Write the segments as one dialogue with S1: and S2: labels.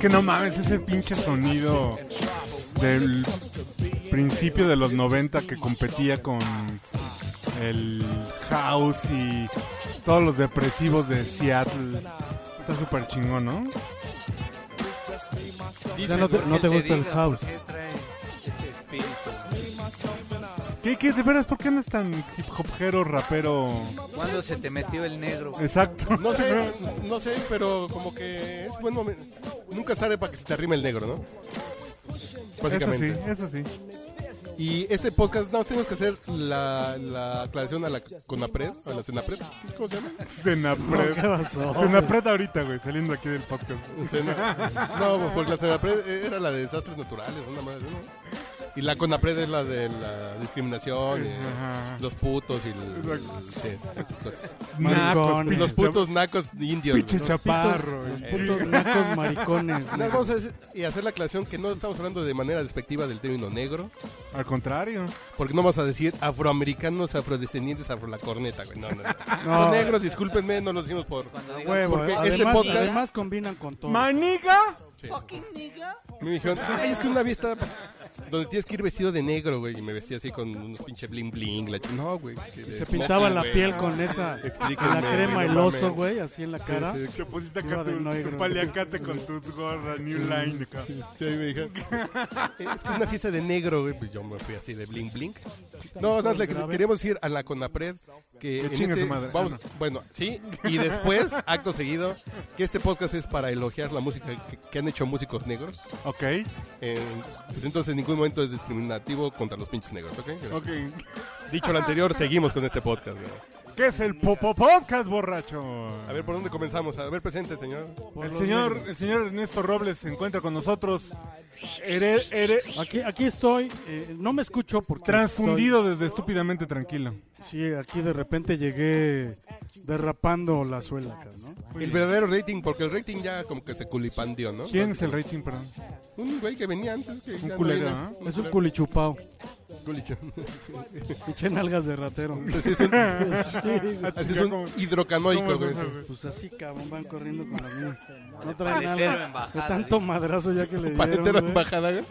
S1: que no mames, ese pinche sonido del principio de los 90 que competía con el house y todos los depresivos de Seattle. Está súper chingón, ¿no?
S2: sea, no te- no te gusta el house.
S1: ¿Qué, qué, de veras, por qué andas tan hip hopjero, rapero?
S3: Cuando se te metió el negro?
S2: Eh,
S1: Exacto.
S4: No sé, no sé, pero como que es buen momento. Nunca sale para que se te arrime el negro, ¿no?
S1: Eso sí,
S4: Básicamente.
S1: eso sí.
S4: Y este podcast, nada más tenemos que hacer la, la aclaración a la Conapred, a la Senapred. ¿Cómo se llama?
S1: Senapred.
S2: ¿Qué pasó?
S1: Senapred ahorita, güey, saliendo aquí del podcast.
S4: Sena- No, porque la Senapred era la de desastres naturales, una madre, ¿no? Y la Conapred es la de la discriminación, eh,
S1: Ajá.
S4: los putos y el-
S1: Exacto.
S4: sí, esas cosas.
S1: Nacos,
S2: Maricones.
S1: pinche
S4: Los putos nacos indios.
S1: Pinche
S4: ¿no?
S1: chaparro.
S2: Los
S4: Eh.
S1: güey.
S2: putos nacos maricones.
S4: Nada,
S2: güey.
S4: vamos a decir- y hacer la aclaración que no estamos hablando de manera despectiva del término negro,
S1: Al contrario.
S4: porque no vamos a decir afroamericanos, afrodescendientes, afro la corneta, güey. No, no, no.
S2: No,
S4: Los negros, discúlpenme, no lo decimos por.
S3: Cuando digan,
S2: huevo. eh,
S4: porque
S2: Además,
S4: este podcast-
S2: además combinan con todo.
S1: ¡Maniga!
S4: Sí.
S3: fucking nigga.
S4: Me dijeron, ay, es que una vista donde tienes que ir vestido de negro, güey. Y me vestí así con unos pinche bling bling. La ch- no, güey.
S2: Se pintaba la piel con esa,
S4: Explíquenme,
S2: la crema
S4: güey, no
S2: el oso,
S4: mames.
S2: güey, así en la cara.
S1: Que pusiste
S2: Iba
S1: acá
S2: de
S1: tu,
S2: negro.
S1: tu paliacate con tus gorras New Line. acá.
S4: Sí, ahí me dijeron, es que una fiesta de negro, güey. Pues yo me fui así de bling bling. No, no, le-
S2: grave.
S4: queríamos ir a la Conapred. Que en
S1: chingue
S4: este-
S1: su madre.
S4: Vamos,
S1: Ah,
S4: Bueno, sí. Y después, acto seguido, que este podcast es para elogiar la música que- que han hecho músicos negros.
S1: Ok,
S4: Eh, pues entonces en ningún momento es discriminativo contra los pinches negros, ¿ok? Gracias.
S1: ok.
S4: Dicho lo anterior, seguimos con este podcast. güey.
S1: ¿Qué es el Popo Podcast, borracho?
S4: A ver, ¿por dónde comenzamos? A ver, presente, señor.
S2: Por
S1: El
S2: los
S1: señor,
S2: negros.
S1: el señor Ernesto Robles se encuentra con nosotros. Here- here-
S2: Aquí, aquí estoy, eh, no me escucho porque...
S1: transfundido desde estúpidamente tranquilo.
S2: estoy- sí, aquí de repente llegué derrapando la suela, acá, ¿no?
S1: Pues
S4: El verdadero rating, porque el rating ya como que se culipandió, ¿no?
S1: ¿Quién es el rating, perdón?
S4: Un güey que venía antes. Que ya no
S1: culero,
S4: viene.
S1: ¿eh?
S2: Es un culichupao,
S4: culicho.
S2: eché nalgas de ratero.
S4: Así es un,
S2: Sí,
S4: así es un
S1: ¿Cómo-
S4: hidrocanoico, güey.
S2: pues así, cabrón, van corriendo con la mía. No traen
S3: Paletero
S2: nada.
S3: en bajada,
S2: De tanto madrazo ya que le dieron,
S4: Paletero en
S2: güey.
S4: bajada, güey.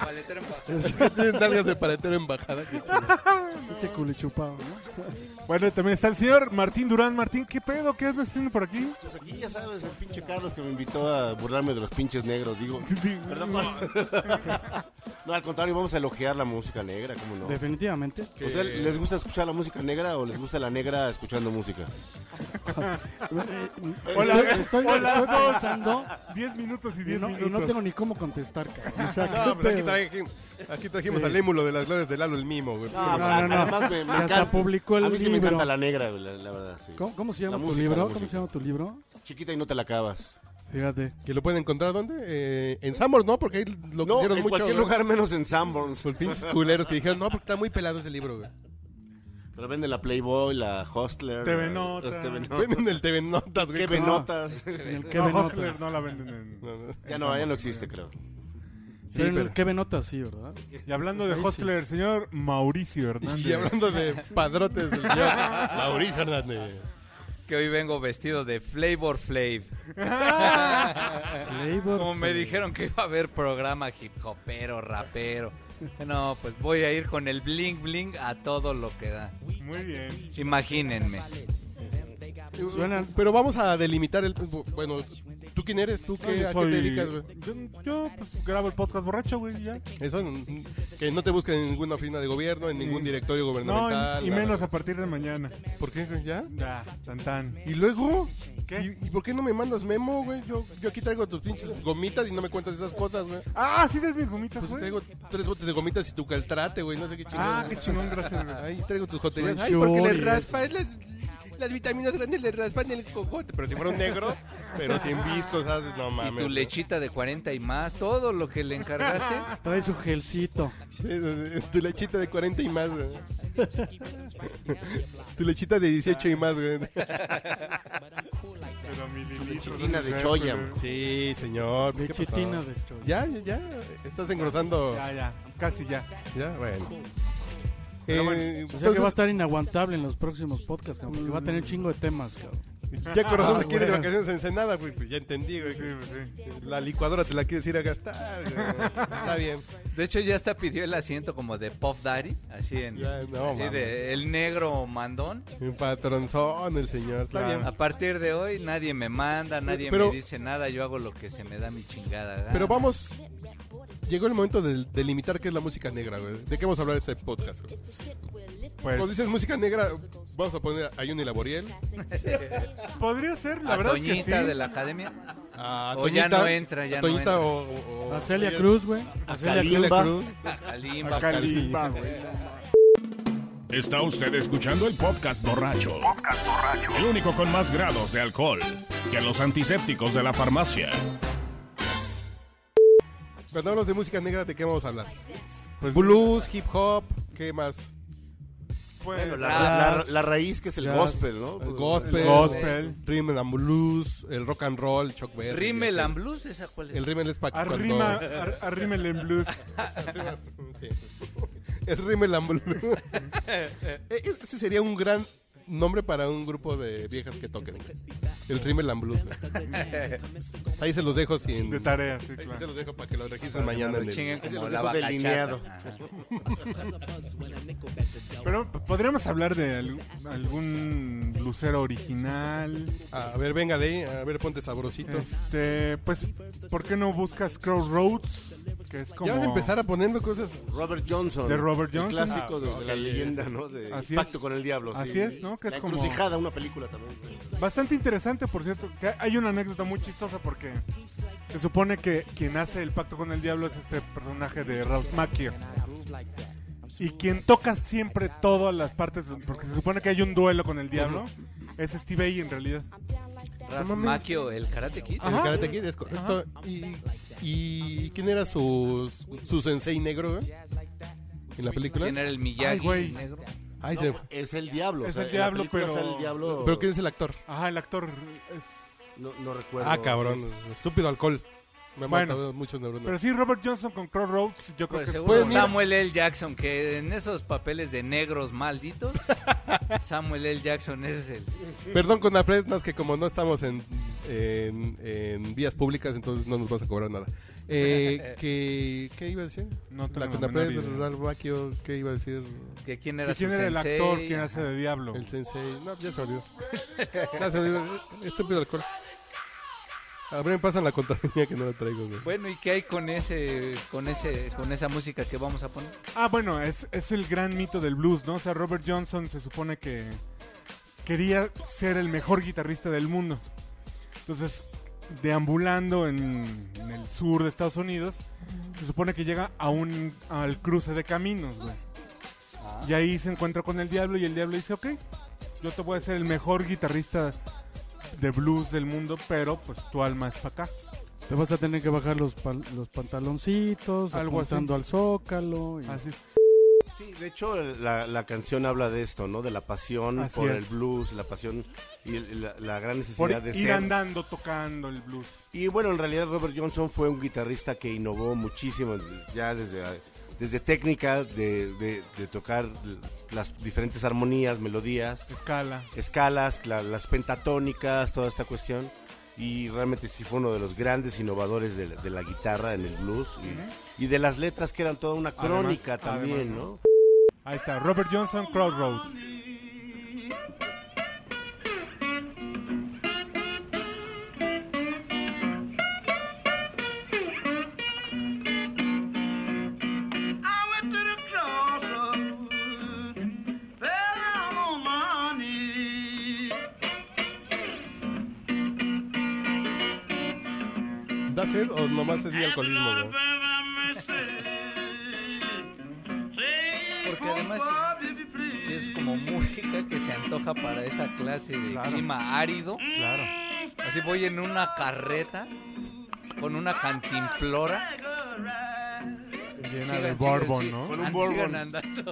S3: Paletero en bajada.
S4: Tienes nalgas de paletero en bajada. qué chido.
S2: Pinche culichupao, ¿no?
S1: Bueno, también está el señor Martín Durán. Martín, ¿qué pedo? ¿Qué andas haciendo por aquí?
S5: Pues aquí ya sabes, el pinche Carlos que me invitó a burlarme de los pinches negros, digo. Perdón, No, al contrario, vamos a elogiar la música negra, ¿cómo no?
S2: Definitivamente.
S5: O sea, ¿les gusta escuchar la música negra o les gusta la negra escuchando música?
S1: Hola,
S2: estoy, estoy-
S1: hola,
S2: estoy
S1: dos.
S2: pensando
S1: 10 minutos y
S2: y
S1: 10
S2: no, y
S1: minutos.
S2: no tengo ni cómo contestar, cabrón. O sea,
S4: No,
S2: ¿qué
S4: pues aquí,
S2: pedo?
S4: trajimos- aquí trajimos al émulo de las glorias del Lalo el Mimo, güey.
S5: No,
S2: no,
S5: además
S2: no.
S5: me, me
S2: Hasta
S5: encanta.
S2: publicó el
S5: a mí sí me
S2: libro.
S5: encanta la negra, güey, la, la verdad, sí.
S2: ¿Cómo, cómo se
S5: La
S2: llama tu
S5: música, la
S2: libro? ¿Cómo
S5: música.
S2: se llama tu libro?
S5: Chiquita y no te la acabas.
S2: Fíjate.
S4: Que lo pueden encontrar, ¿dónde? Eh, en Samos, ¿no? Porque ahí lo
S5: No, en
S4: quisieron mucho.
S5: cualquier
S4: güey.
S5: lugar menos en Sanborns.
S4: Los pinches culeros te dijeron, no, porque está muy pelado ese libro, güey.
S5: Pero venden la Playboy, la Hostler.
S1: TV
S5: la-
S1: Nota.
S5: las TV Notas.
S4: Venden el TV Notas, güey.
S5: ¿Qué
S4: con-
S5: venotas?
S2: En el
S1: No,
S2: Kevin Notas.
S1: Hustler no la venden en-
S4: No, no.
S5: ya no, ya no existe, creo.
S2: Pero en el
S4: pero-
S2: Kevin Notas, sí, ¿verdad?
S1: Y hablando de
S2: Ahí sí.
S1: Hostler, señor Mauricio Hernández.
S4: Y hablando de padrotes, el señor Mauricio Hernández.
S3: Que hoy vengo vestido de Flavor Flav.
S2: Flavor
S3: Como me
S2: Flav.
S3: dijeron que iba a haber programa hip hopero, rapero. No, pues voy a ir con el bling bling a todo lo que da.
S1: Muy bien.
S3: Imagínenme.
S2: Suenan.
S4: Pero vamos a delimitar el. Bueno, ¿tú quién eres? ¿Tú qué, a qué
S1: Soy-
S4: te dedicas, güey?
S1: Yo, yo, pues, grabo el podcast borracho, güey, ya.
S4: Eso, mm, que no te busquen en ninguna oficina de gobierno, en ningún directorio
S1: No,
S4: gubernamental.
S1: y- y
S4: nada.
S1: menos a partir de mañana.
S4: ¿Por qué, güey? ¿Ya?
S1: Ya, tan tan.
S4: ¿Y luego?
S1: ¿Qué?
S4: ¿Y, y por qué no me mandas memo, güey? Yo, yo aquí traigo tus pinches gomitas y no me cuentas esas cosas, güey.
S1: Ah, sí, des mis gomitas,
S4: Pues
S1: güey.
S4: traigo tres botes de gomitas y tu caltrate, güey. No sé qué chingada.
S1: Ah, qué chingón, gracias, güey.
S4: Ay, traigo tus joterías.
S2: Son
S4: Ay, porque le
S2: chores.
S4: raspa, es las, las vitaminas grandes le raspan el cocote. Pero si fuera un negro, pero sin viscos, haces, no
S3: Y
S4: mames.
S3: tu lechita de 40 y más, todo lo que le encargaste.
S2: Trae su gelcito.
S4: Eso, eh, Tu lechita de 40 y más, güey. tu lechita de 18 y más, güey.
S1: Pero mililitros.
S5: Chiquilina de
S1: güey,
S5: choya,
S1: pero-
S4: Sí, señor.
S2: De
S4: ¿qué pasó?
S2: chitina de choy.
S4: Ya, ya, ya. Estás engrosando.
S1: Ya, ya, casi ya.
S4: Ya, bueno. Eh,
S2: O sea que va a
S4: entonces,
S2: estar inaguantable en los próximos podcasts, cabrón, porque va a tener un chingo de temas, cabrón.
S4: Ya Corazón
S2: Ah,
S4: se quiere ir de vacaciones a Ensenada, güey. Pues ya entendí, güey. que La licuadora te la quieres ir a gastar, güey. Está bien.
S3: De hecho, ya hasta pidió el asiento como de Pop Daddy, así en.
S4: Ya, no,
S3: así
S4: mames.
S3: de el negro mandón.
S4: Un patronzón el señor. Está bien.
S2: Ah.
S3: A partir de hoy nadie me manda, nadie
S4: Pero-
S3: me dice nada, yo hago lo que se me da mi chingada. gana.
S4: Pero vamos. Llegó el momento de de limitar qué es la música negra, güey. ¿De qué vamos a hablar en este podcast? güey?
S3: Pues
S4: Cuando
S1: Pues
S4: dices música negra, vamos a poner a Yuni Laboriel.
S1: podría ser, la
S3: a
S1: verdad es que sí.
S3: Toñita de la academia.
S4: A
S3: O ya
S4: Toñita,
S3: no entra, ya
S4: a
S3: no
S4: Toñita
S3: entra.
S4: o- o- o-
S2: A Celia Cruz, güey.
S5: A
S4: Celia
S5: Kalimba.
S4: Cruz.
S3: A Kalimba.
S1: A Kalimba, güey.
S6: Está usted escuchando el podcast borracho. El único con más grados de alcohol que los antisépticos de la farmacia.
S4: Cuando hablamos de música negra, ¿de qué vamos a hablar?
S1: Pues,
S4: Blues, hip hop, ¿qué más?
S1: pues,
S5: La, la- la raíz que es el
S2: Jazz.
S5: gospel, ¿no? Pues,
S4: El gospel,
S1: el gospel.
S4: Rhythm and blues, el rock and roll, Chuck Berry.
S3: Rimmel and Blues, ¿esa cuál es?
S4: El rímel es para
S1: Arrima, ar- arrímele en blues.
S4: cuando... Sí. El rímel and blues. E- Ese sería un gran nombre para un grupo de viejas que toquen. El rímel and blues. güey. Ahí se los dejo sin...
S1: De tarea, sí,
S4: Ahí se
S1: claro.
S4: los dejo para que lo registren
S3: Que
S4: mañana.
S3: lo
S4: en el-
S3: chinguen
S5: Ese
S3: como
S5: los
S3: la
S5: dejo
S3: vaca
S5: delineado.
S3: chata. Ajá.
S1: Pero pues, podríamos hablar de al- algún lucero original.
S4: A ver, venga de ahí. A ver, ponte sabrosito.
S1: Este, pues, ¿por qué no buscas Crossroads? Que es como.
S4: Ya vas a empezar a ponerme cosas...
S5: Robert Johnson.
S1: De Robert
S5: El
S1: Johnson. Ah,
S5: clásico de, de la
S4: ok.
S5: leyenda, ¿no? De
S1: Así
S5: Pacto
S1: es.
S5: con el Diablo. sí.
S1: Así es, ¿no? Que es
S5: la
S1: como-
S5: Encrucijada, una película también.
S1: Bastante interesante, por cierto. que hay una anécdota muy chistosa porque se supone que quien hace el pacto con el diablo es este personaje de Ralph Macchio. Y quien toca siempre todas las partes, porque se supone que hay un duelo con el diablo, es Steve Aoki en realidad.
S3: Ralph Macchio, el Karate Kid.
S4: El Karate Kid es correcto. Y, y quién era su, su sensei negro güey? en la película?
S3: ¿Quién era el Miyagi?
S1: Ay, güey.
S3: negro?
S4: Ay, se-
S5: Es el diablo.
S1: Es
S5: o sea,
S1: el
S5: en la
S1: diablo,
S5: película
S1: pero-
S5: sale el diablo.
S4: ¿Pero quién es el actor?
S1: Ajá, el actor. es-
S5: No, no recuerdo.
S4: Ah, cabrón.
S5: Sí,
S4: Estúpido alcohol. Me ha
S1: Bueno.
S4: matado muchos neuronas.
S1: Pero sí, Robert Johnson con Crossroads, yo creo que
S3: Pues
S1: es
S3: seguro
S4: Pues, mira.
S3: Samuel L. Jackson, que en esos papeles de negros malditos, Samuel L. Jackson ese es el...
S4: Perdón con la prensa, es que como no estamos en, en, en vías públicas, entonces no nos vas a cobrar nada. Eh, que- ¿Qué iba a decir?
S1: No tengo
S4: la
S1: la
S4: Conapred,
S1: menor idea.
S4: Ralph Macchio, ¿qué iba a decir?
S3: que ¿Quién
S1: ¿Que
S3: era
S1: ¿Quién
S3: su
S1: era el
S3: sensei?
S1: actor que hace de diablo?
S4: El sensei. No, ya se olvidó. ya se olvidó. Estúpido alcohol. A ver, me pasan la contraseña que no la traigo, güey.
S3: Bueno, ¿y qué hay con ese, con ese, con esa música que vamos a poner?
S1: Ah, bueno, es, es el gran mito del blues, ¿no? O sea, Robert Johnson se supone que quería ser el mejor guitarrista del mundo. Entonces, deambulando en, en el sur de Estados Unidos, se supone que llega a un, al cruce de caminos, güey. Y ahí se encuentra con el diablo y el diablo dice, ok, yo te voy a ser el mejor guitarrista de blues del mundo, pero pues tu alma es para acá.
S2: Te vas a tener que bajar los, pal- los pantaloncitos,
S1: Algo así.
S2: apuntando al zócalo. y-
S1: Así es.
S5: Sí, de hecho, la, la canción habla de esto, ¿no? De la pasión
S1: Así
S5: por
S1: es.
S5: el blues, la pasión y el- la, la gran necesidad
S1: Por
S5: de
S1: ir
S5: ser.
S1: andando tocando el blues.
S5: Y bueno, en realidad Robert Johnson fue un guitarrista que innovó muchísimo, ya desde, desde técnica de, de- de tocar las diferentes armonías, melodías,
S1: Escala.
S5: escalas, la- las pentatónicas, toda esta cuestión. Y realmente sí fue uno de los grandes innovadores de, la- de la guitarra en el blues y, y de las letras que eran toda una crónica
S1: Además,
S5: también,
S1: además,
S5: ¿no?
S1: Ahí está, Robert Johnson, Crossroads.
S7: I went to the crossroads, fell down on my knees.
S4: ¿Da sed o nomás es mi alcoholismo, güey?
S3: Porque además sí es como música que se antoja para esa clase de clima árido.
S1: Claro.
S3: Así voy en una carreta con una cantimplora.
S1: Llena
S3: Sigan,
S1: de
S3: sigan,
S1: bourbon,
S3: sí,
S1: ¿no?
S5: Con un
S3: an-
S5: bourbon.
S3: sigan andando.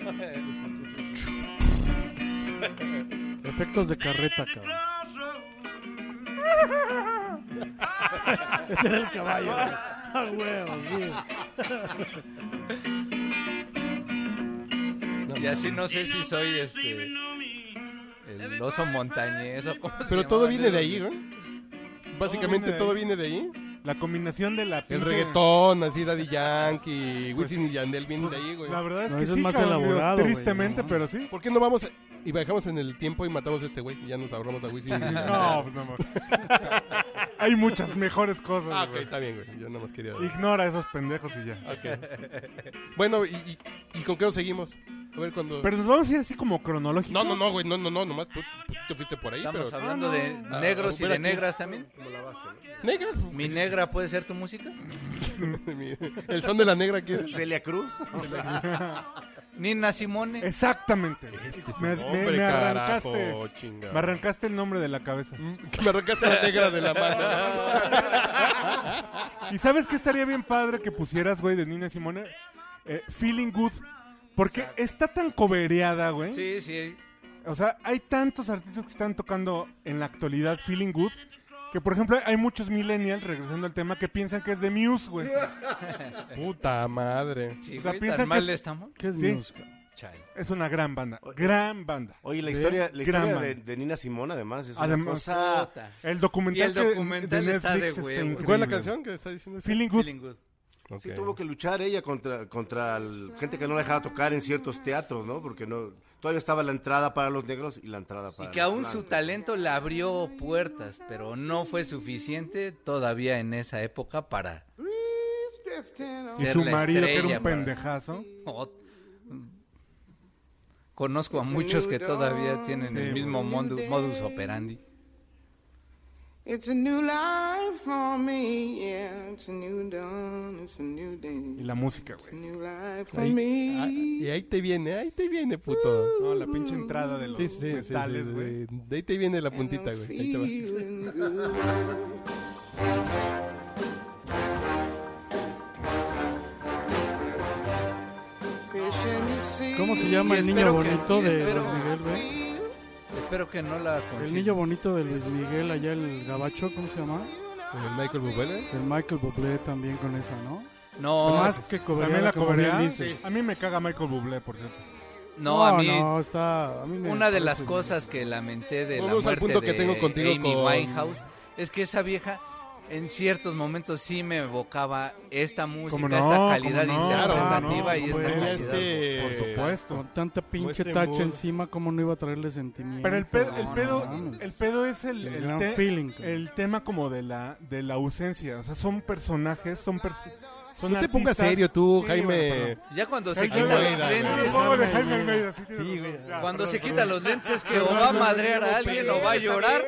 S2: Efectos de carreta, cabrón. Ese era el caballo. güey. Ah, huevo, sí.
S3: Y así no sé si soy este El oso montañés o cómo se
S4: Pero todo viene
S3: llamaba,
S4: de
S3: ¿no?
S4: ahí, güey. Básicamente
S1: Todo
S4: todo viene de ahí.
S1: La combinación de la
S4: El
S1: pinche-
S4: reggaetón, así Daddy Yankee, Wisin y Yandel vienen de ahí, güey.
S1: La verdad es
S2: No,
S1: que
S2: eso es
S1: sí,
S2: más
S1: cabrón, digo,
S2: elaborado, güey,
S1: tristemente,
S2: ¿no?
S1: pero sí.
S4: ¿Por qué no vamos a- y bajamos en el tiempo y matamos a este güey? Y ya nos ahorramos a Wisin y Yandel.
S1: No, pues, no. mames. Hay muchas mejores cosas.
S4: Ah, ok,
S1: güey.
S4: está bien, güey. Yo nada más quería...
S1: Ignora a esos pendejos y ya.
S4: Ok. Bueno, ¿y, y, y con qué nos seguimos? A ver cuando...
S1: Pero nos vamos a ir así como cronológico.
S4: No, no, no, güey, no, no, no, nomás tú, tú te fuiste por ahí,
S3: Estamos
S4: pero...
S3: hablando de
S4: Ah,
S3: negros y
S4: pero
S3: de
S4: aquí-
S3: negras también.
S5: Como la base, ¿no?
S4: ¿Negras?
S3: ¿Mi negra puede ser tu música?
S4: Mi- El son de la negra que es...
S5: Celia Cruz.
S3: Nina
S1: ¿Eh?
S3: Simone.
S1: Exactamente.
S2: Este
S1: me, me-
S4: Hombre,
S1: me
S4: carajo,
S1: arrancaste.
S4: chinga.
S1: me arrancaste el nombre de la cabeza.
S4: Mm, que me arrancaste la negra de la mano.
S1: ¿Y sabes qué estaría bien padre que pusieras, güey, de Nina Simone? Eh, feeling Good. Porque está tan cobereada, güey.
S3: Sí, sí.
S1: O sea, hay tantos artistas que están tocando en la actualidad Feeling Good. Que, por ejemplo, hay muchos millennials, regresando al tema, que piensan que es de Muse, güey.
S4: Puta madre.
S3: Sí,
S1: O sea,
S3: güey,
S1: piensa
S3: tan
S1: que
S3: mal
S1: es-
S3: estamos.
S2: ¿Qué es
S1: Sí.
S2: news, cabrón?
S3: Chale.
S1: Es una gran banda. Gran banda.
S5: Oye, la
S1: Sí,
S5: historia, la
S1: gran
S5: historia
S1: banda.
S5: de, de Nina Simón, además, es
S1: Además-
S5: una cosa...
S3: Puta.
S1: El documental,
S3: Y el
S1: que-
S3: documental está de
S1: Netflix
S3: huevo.
S1: increíble.
S4: ¿Cuál es la canción que está diciendo? este?
S1: Feeling Good.
S3: Feeling good.
S4: Ok.
S5: Sí, tuvo que luchar ella contra, contra el- gente que no la dejaba tocar en ciertos teatros, ¿no? Porque no todavía estaba la entrada para los negros y la entrada
S3: Y
S5: para
S3: que
S5: los
S3: aún su
S5: blancos.
S3: talento le abrió puertas, pero no fue suficiente todavía en esa época para...
S1: Y
S3: ser
S1: su
S3: la
S1: marido, que era
S3: estrella
S1: un
S3: para-
S1: pendejazo.
S3: Ot- Conozco a muchos que todavía tienen el
S1: Sí,
S3: mismo mondu- modus operandi.
S8: It's a new life for me, yeah. It's a new dawn, it's a new
S1: Y
S8: day.
S1: la música, güey.
S8: New life for
S4: Ahí- ah,
S8: me.
S4: y ahí te viene, ahí te viene, puto.
S1: No, la pinche entrada de los
S4: Uh. Sí, sí, sí, sí,
S1: metales,
S4: sí,
S1: güey.
S4: sí. De ahí te viene la puntita, güey. Ahí te va.
S8: Feeling good. Fish in the sea.
S2: ¿Cómo se llama
S3: Y
S2: el niño
S3: espero que-
S2: bonito
S3: y
S2: de
S3: espero-
S2: Luis Miguel, güey?
S8: Feel
S3: Espero que no la
S2: El
S3: consiga.
S2: niño bonito de Luis Miguel, allá el gabacho, ¿cómo se llama?
S4: El Michael Bublé.
S2: El Michael Bublé también con esa, ¿no?
S3: No, pues,
S2: Más que
S1: También
S2: cobereada,
S1: la
S2: como bien
S1: coberea.
S2: dices.
S1: A mí me caga Michael Bublé, por cierto.
S3: no, a mí...
S2: no, está... a mí me
S3: Una de
S2: parece
S3: las
S2: bien.
S3: cosas que lamenté de la
S4: Volvemos al
S3: muerte
S4: punto
S3: de
S4: que tengo contigo
S3: Amy
S4: con-
S3: Winehouse es que esa vieja en ciertos momentos sí me evocaba esta música,
S1: ¿Cómo no?
S3: Pues esta calidad
S1: ¿Cómo no?
S3: interpretativa
S1: Claro,
S3: y
S1: no,
S3: esta
S1: hombre.
S4: Tenía
S3: calidad.
S4: este...
S1: Por supuesto.
S2: Con tanta pinche
S4: Western
S2: tacha
S4: Bull.
S2: encima, ¿cómo no iba a traerle sentimiento?
S1: este Pero el pedo, el
S3: no,
S1: pedo,
S2: mames.
S1: el pedo es el,
S2: El
S1: el
S2: gran
S1: te-
S2: feeling, cabrón.
S1: el tema como de la, de la ausencia. O sea, son personajes, son perso- son
S4: No te
S1: artistas.
S4: pongas serio tú,
S1: Sí,
S4: Jaime.
S1: bueno,
S3: Ya cuando Pues se
S1: perdón.
S3: quita
S4: Jaime
S3: los
S4: Almeida, güey.
S1: Me
S3: lentes,
S1: pongo de Jaime Almeida, sí, tienes
S4: Sí,
S1: razón.
S4: güey.
S1: Ya,
S3: cuando
S1: perdón,
S3: se quita
S1: perdón.
S3: los lentes es que o va a madrear a alguien o va a llorar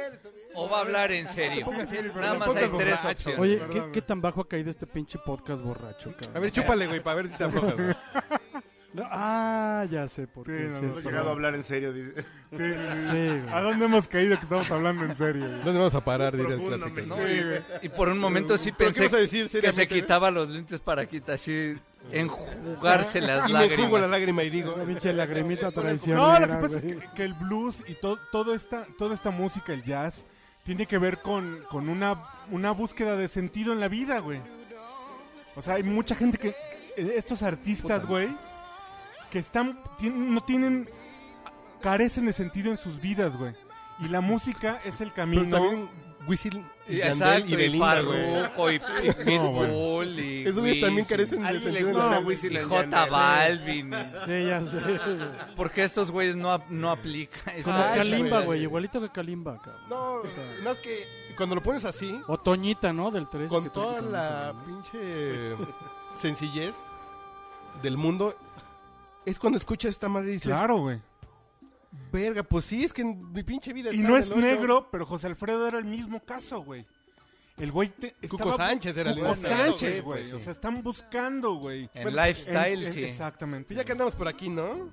S3: o va a hablar en serio.
S1: pongas serio, pero
S3: Nada
S1: no
S3: más hay
S1: pongas
S3: tres
S1: borracho.
S3: opciones.
S2: Oye,
S1: Perdón,
S2: ¿qué,
S1: güey.
S2: qué tan bajo ha caído este pinche podcast borracho, cabrón?
S4: A ver, chúpale, güey, para ver si te aflojas. güey.
S2: No, ah, ya sé por
S1: Sí,
S2: qué
S1: no,
S2: es
S1: no,
S2: eso.
S1: no,
S5: Llegado a hablar en serio, dice.
S1: Sí, sí, sí.
S2: Sí, güey.
S1: ¿A dónde hemos caído que estamos hablando en serio? güey?
S4: ¿Dónde vamos a parar? Diría el
S5: Profundo,
S4: clásico.
S3: No, y, y por un momento sí pensé
S4: vas a decir
S3: que se
S4: seriamente?
S3: quitaba los lentes para quitar así enjugarse las
S4: Y me enjugo la
S3: lágrimas.
S4: lágrima y digo...
S2: Una pinche lagrimita
S1: No,
S2: traicionera,
S1: lo que pasa es
S2: güey.
S1: que, que el blues y to- todo esta, toda esta música, el jazz, tiene que ver con, con una, una búsqueda de sentido en la vida, güey. O sea, hay mucha gente que... Estos artistas, güey, que están... tienen- no tienen... Carecen de sentido en sus vidas, güey. Y la música es el
S4: Pero
S1: camino...
S4: también Wisin y Yandel
S3: Exacto,
S4: y
S3: y,
S4: Belinda, güey.
S3: Farruko, y, y
S1: No, bueno.
S3: Pitbull, y
S4: Esos güeyes también
S3: Wisin,
S4: carecen del
S5: ¿Alguien le
S4: sentido de
S5: gusta
S4: la
S5: a Wisin
S3: y
S5: and
S3: J
S5: Yandel? ¿eh?
S3: Balvin. y-
S2: Sí, ya sé.
S3: Porque estos güeyes no, ap- no aplican.
S2: Como
S4: Ay,
S2: Kalimba,
S4: güey.
S2: güey, igualito que Kalimba, cabrón.
S4: No, más que cuando lo pones así,
S2: O Toñita, ¿no? Del 13.
S4: con toda la pinche sencillez del mundo, es cuando escuchas esta madre y dices,
S1: Claro, güey.
S4: verga, pues sí, es que en mi pinche vida
S1: Y
S4: está
S1: no
S4: del
S1: es
S4: hoyo".
S1: negro, pero José Alfredo era el mismo caso, güey. El güey te,
S4: Cuco
S1: estaba-
S4: Sánchez era el
S1: Cuco
S4: mismo caso,
S1: Sánchez,
S4: güey,
S1: güey.
S4: pues sí.
S1: O sea, están buscando, güey.
S3: En
S1: Bueno,
S3: lifestyle, sí.
S1: Exactamente.
S4: Pues ya que andamos por aquí, ¿no?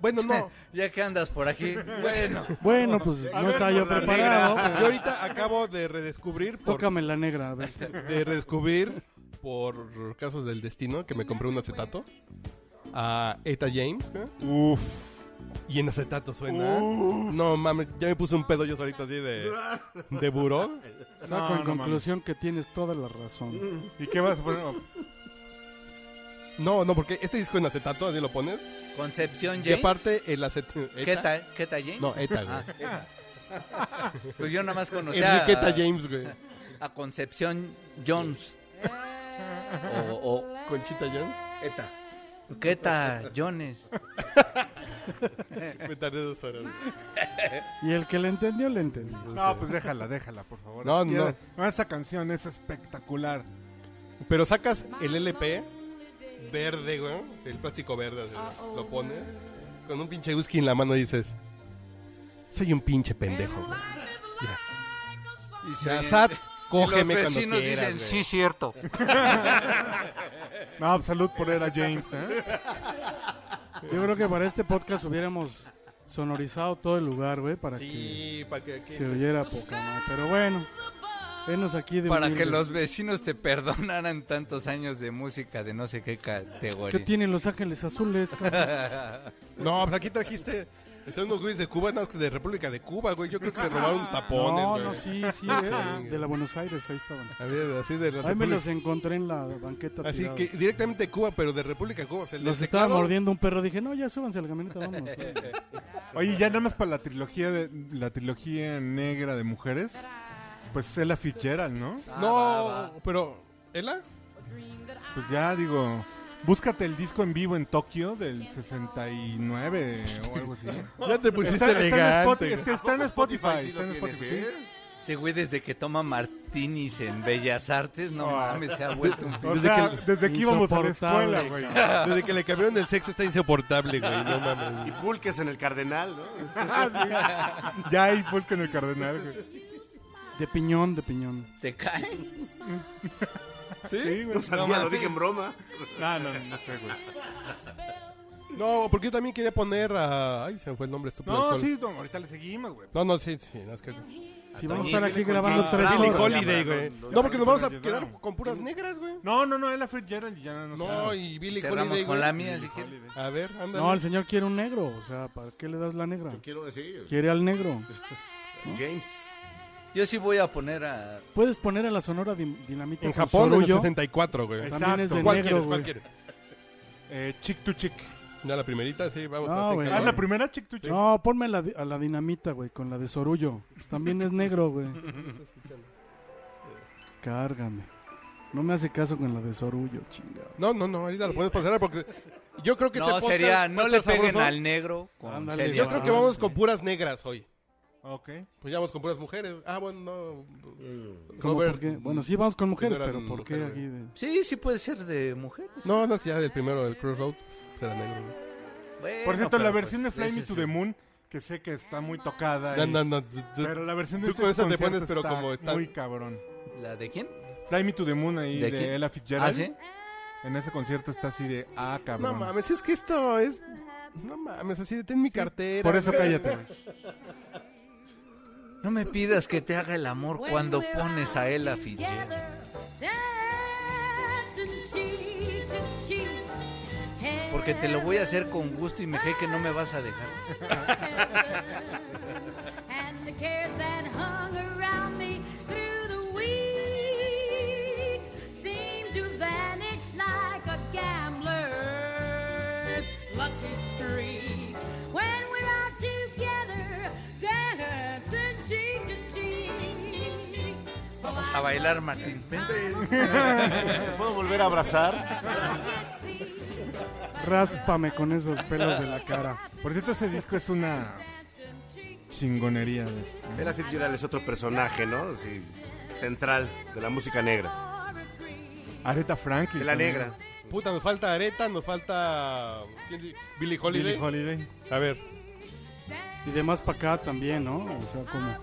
S4: Bueno, no.
S3: Ya que andas por aquí, bueno.
S2: Bueno, pues
S1: A
S2: no
S1: ver,
S2: estaba yo
S1: por la
S2: preparado.
S4: Yo ahorita acabo de redescubrir, por,
S2: Tócame la negra, a ver.
S4: de eh, redescubrir por casos del destino que me compré un acetato a Eta James, ¿no?
S1: Uf.
S4: Y en acetato suena. No mames, ya me puse un pedo yo solito así de, de buró.
S1: No,
S2: Saco en
S1: no
S4: Mm.
S2: conclusión que tienes toda la razón.
S1: ¿Y qué vas a poner?
S4: No, no, porque este disco en acetato, así lo pones.
S3: Concepción James.
S4: Y aparte el acetato.
S3: ¿Queta, Queta James?
S4: No, ETA, güey.
S3: Ah, Pues yo nada más conocía a,
S4: Enriqueta James, güey.
S3: a Concepción Jones. O,
S4: Conchita Jones.
S5: Eta.
S3: o Queta Jones.
S4: Me tardé dos horas. güey.
S2: Y el que le entendió, le entendió.
S1: No, pues déjala, déjala, por favor.
S4: No,
S1: Es que
S4: no.
S1: no, Esa canción es espectacular.
S4: Pero sacas el LP verde, güey. El plástico verde, así, güey. lo pones. Con un pinche whisky en la mano y dices: Soy un pinche pendejo, güey.
S3: Y se
S4: Ya,
S3: oyen-
S4: Zap,
S3: y
S4: cógeme
S3: los
S4: cuando
S3: vecinos
S4: quieras,
S3: dicen,
S4: güey.
S3: sí, cierto.
S1: No, salud por era James, ¿eh?
S2: Yo creo que para este podcast hubiéramos sonorizado todo el lugar, güey, para
S4: Sí, para que.
S2: que se oyera poco, ¿no? Pero bueno, venos aquí de
S3: Para que
S2: humildes.
S3: los vecinos te perdonaran tantos años de música de no sé qué
S2: ¿Qué
S3: categoría.
S2: tienen Los Ángeles Azules? cabrón?
S4: No, pues aquí trajiste. Son unos güeyes de Cuba, no, de República de Cuba, güey. Yo creo que se robaron tapones,
S2: no,
S4: güey.
S2: no, sí, sí, eh, de la Buenos Aires, ahí estaban.
S4: Había- Así de la
S2: Ahí me
S4: República-
S2: los encontré en la banqueta.
S4: Así
S2: tirados.
S4: que directamente de Cuba, pero de República de Cuba. O sea, el
S2: los
S4: del
S2: estaba
S4: teclado-
S2: mordiendo un perro. Dije, no, ya súbanse a la camioneta, vamos.
S1: Oye, ya nada más para la trilogía de la trilogía negra de mujeres. Pues Ella Fitzgerald, ¿no?
S4: No,
S3: Ah, va, va.
S4: pero. ¿Ela?
S1: Pues ya digo, búscate el disco en vivo en Tokio del 69 o algo así.
S4: Ya te
S1: Está, está en Spotify, está, está en Spotify, está en Spotify, sí.
S3: Este güey desde que toma martinis en Bellas Artes, no mames, se ha vuelto un
S1: O sea, desde que íbamos a la
S2: Insoportable,
S1: escuela, güey.
S4: Desde que le cambiaron el sexo está insoportable, güey. No mames.
S5: Y pulques en el Cardenal, ¿no?
S1: Ya hay folk en el Cardenal, güey.
S2: De piñón, de piñón.
S3: ¿Te cae?
S1: Sí, güey. Ah,
S5: No sabía, lo dije en broma.
S1: No, no, no sé, güey.
S4: No, porque yo también quería poner a. Ay, se me fue el nombre estúpido.
S1: No,
S4: alcohol.
S1: sí, no, ahorita le seguimos, güey.
S4: No, no, sí, sí. No, es que...
S2: Si vamos a
S3: Toñín,
S2: estar aquí
S3: dile
S2: grabando
S1: Toñín.
S2: tres
S1: Ah, Billie
S2: horas.
S4: Holiday, güey. No, porque nos vamos a quedar con puras negras, güey.
S1: No, no, no, Ella Fitzgerald ya no
S4: No,
S1: sé.
S4: y Billy
S3: Cerramos
S4: Holiday,
S3: con
S4: güey.
S3: la mía, si quieres.
S4: A ver, ándale.
S2: No, el señor quiere un negro. O sea, ¿para qué le das la negra?
S5: Quiero decir,
S2: Quiere al negro.
S5: James.
S3: Yo sí voy a poner a...
S2: Puedes poner a la Sonora Din- Dinamita.
S4: En
S2: con
S4: Japón, en el
S2: Sorullo.
S4: 64, güey.
S2: También
S1: Exacto.
S2: es de
S4: ¿Cuál
S2: negro,
S4: quieres?
S2: güey.
S4: ¿Cuál quieres?
S1: Eh, chick to chick.
S4: Ya la primerita, sí, vamos
S2: No,
S4: a hacer
S2: güey.
S1: ¿Haz
S4: calor.
S1: la primera chick to chick?
S2: No, ponme la di- a la Dinamita, güey, con la de Sorullo. También es negro, güey. Cárgame. No me hace caso con la de Sorullo, chingado.
S4: No, no, no, ahorita lo podemos pasar porque yo creo que este
S3: No,
S4: podcast va a
S3: sería, no le
S4: estar
S3: peguen
S4: sabroso.
S3: al negro con
S2: Ándale,
S3: Celia
S4: Yo creo que
S2: Ah,
S4: vamos con puras negras hoy.
S1: Ok.
S4: Pues ya vamos con puras mujeres. Ah, bueno, no.
S2: ¿Cómo,
S4: Robert,
S2: por qué? Bueno, sí vamos con mujeres,
S4: no eran
S2: pero ¿por qué
S4: mujeres,
S2: aquí de...?
S3: Sí, sí puede ser de mujeres.
S4: No, no, si ya el primero, el Crossroad, será pues, negro. güey.
S3: Bueno,
S1: Por cierto,
S3: pero
S1: la
S3: pues,
S1: versión de Fly
S3: ese
S1: Me
S3: es
S1: to
S3: el-
S1: the Moon, que sé que está muy tocada.
S4: No,
S1: y-
S4: no, no, tú- tú-
S1: Pero la versión de
S4: tú
S1: estos
S4: con esa te
S1: conciertos
S4: pones, pero
S1: está
S4: como está-
S1: muy cabrón.
S3: ¿La de quién?
S1: Fly Me to the Moon ahí
S3: ¿De
S1: de,
S3: quién?
S1: Ella Fitzgerald.
S3: ¿Ah, sí?
S1: En ese concierto está así de, ah,
S4: No
S1: cabrón.
S4: mames, es que esto es. No mames, así de ten mi cartera.
S1: Por eso
S4: güey.
S1: cállate, güey.
S3: No me pidas que te haga el amor cuando pones a Ella Fitzgerald. Porque te lo voy a hacer con gusto y me cree que no me vas a dejar.
S9: And the cares that hung around me through the week seem to vanish like a gambler's lucky streak. When we're out together, dancing cheek to cheek.
S3: Vamos a bailar, Martín.
S5: ¿Puedo volver a abrazar?
S2: Ráspame con esos pelos de la cara.
S1: Por cierto, ese disco es una chingonería, güey.
S5: Ella Fitzgerald es otro personaje, ¿no? Sí, central de la música negra.
S1: Aretha Franklin.
S5: De la
S1: también.
S5: negra.
S4: Puta, nos falta Areta, nos falta. ¿quién di- Billie Holiday.
S1: Billie Holiday.
S4: A ver,
S2: Y de más para acá también, ¿no? O sea, como...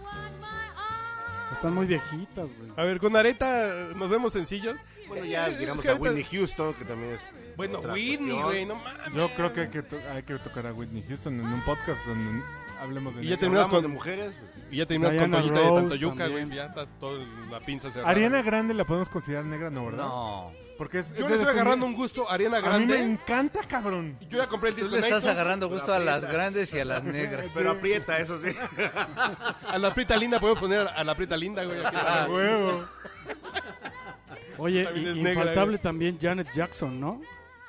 S2: Están muy viejitas, güey.
S4: a ver, con Areta nos vemos sencillos. Eh,
S5: Bueno, ya
S4: Es
S5: llegamos
S4: que
S5: a
S4: ahorita-
S5: Whitney Houston, que también es.
S4: Bueno,
S5: otra
S4: Whitney,
S5: cuestión.
S4: güey, no mames.
S1: Yo creo que hay que, to- hay que tocar a Whitney Houston en un podcast donde hablemos de
S4: Y
S1: eso.
S4: ya
S5: Si
S4: terminamos
S5: hablamos de
S4: con,
S5: mujeres. pues,
S4: y ya terminamos con
S2: Diana
S4: Toñita de
S2: Rose
S4: Tantoyuca,
S2: también.
S4: güey. Ya está toda la pinza cerrada.
S1: Ariana Grande la podemos considerar negra, ¿no, verdad?
S3: No.
S1: Porque es,
S4: Yo
S1: es
S4: le
S1: de
S4: estoy
S1: su-
S4: agarrando un gusto a Ariana
S1: A mí me
S4: Grande. ¿eh?
S1: encanta, cabrón.
S4: Yo ya compré el
S3: Tú
S4: disco
S3: le
S4: de
S3: estás
S4: Nike.
S3: agarrando gusto a las grandes y a las negras.
S5: Pero aprieta, eso sí.
S4: A la Prita Linda podemos poner a la Prita Linda, güey. aquí.
S1: Huevo.
S2: Oye,
S4: También
S2: y,
S4: es negra, eh.
S2: infaltable
S4: güey.
S2: también Janet Jackson, ¿no?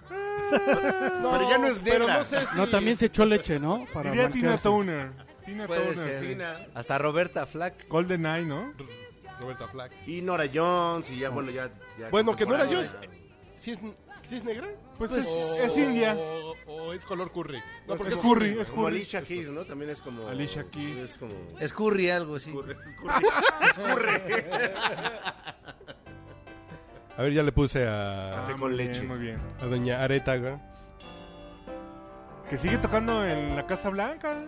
S5: pero ya no es negra.
S4: Pero no sé si...
S2: No, también se echó leche, ¿no? Para
S1: Diría Tina
S2: blanquearse.
S1: Turner. Tina
S3: Puede
S1: Turner.
S3: ser. Hasta Roberta Flack.
S1: Golden Eye, ¿no?
S4: Roberta Flack.
S5: Y Nora Jones y ya, bueno, ya... ya
S4: Bueno, que Nora
S5: contemporánea.
S4: Jones, ¿Sí es, sí es negra?
S1: Pues es- es india.
S4: O, o es color curry. No, porque
S1: Es Curry, es
S5: Como
S1: Curry.
S5: Alicia Keys, ¿no? También es como...
S1: Alicia Keys.
S5: Es como...
S3: Escurri algo, sí.
S4: A ver, ya le puse a,
S5: Café
S1: Ah,
S5: con
S1: muy bien,
S5: leche.
S1: muy bien.
S4: a doña Areta, güey.
S1: Que sigue tocando en la Casa Blanca.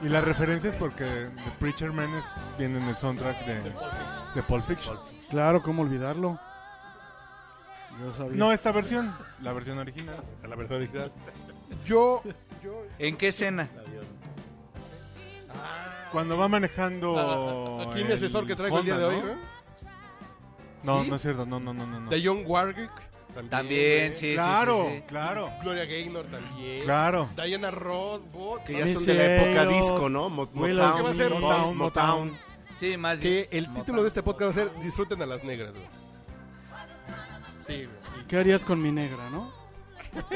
S1: Y la referencia es porque The Preacher Man es- viene en el soundtrack de, de Pulp Fiction.
S2: Claro, ¿cómo olvidarlo? Yo sabía.
S1: No esta versión, la versión original.
S4: a la versión original. Yo, yo...
S3: ¿En qué escena?
S1: Cuando va manejando.
S4: Ah, Aquí mi
S1: el
S4: asesor que traigo el día
S1: Honda,
S4: de hoy,
S1: ¿no?
S4: güey.
S1: No,
S4: ¿Sí?
S1: no es cierto, no, no, no, no. no.
S4: De John Warwick. También.
S3: También,
S4: güey.
S3: sí, sí,
S1: claro,
S3: sí, sí.
S1: claro,
S4: Gloria Gaynor también.
S1: claro.
S4: Diana Ross, Bot.
S5: Que ya
S2: Miss
S5: son de la época
S2: Elliot,
S5: disco, ¿no? Mo-
S1: Will
S5: Motown,
S1: Smith,
S4: ¿Qué va a ser?
S5: Post-
S1: Motown, Motown.
S3: Sí, más bien.
S4: Que el título de este podcast va a ser Disfruten a las negras, güey. Sí, güey.
S2: ¿Qué harías con mi negra, no?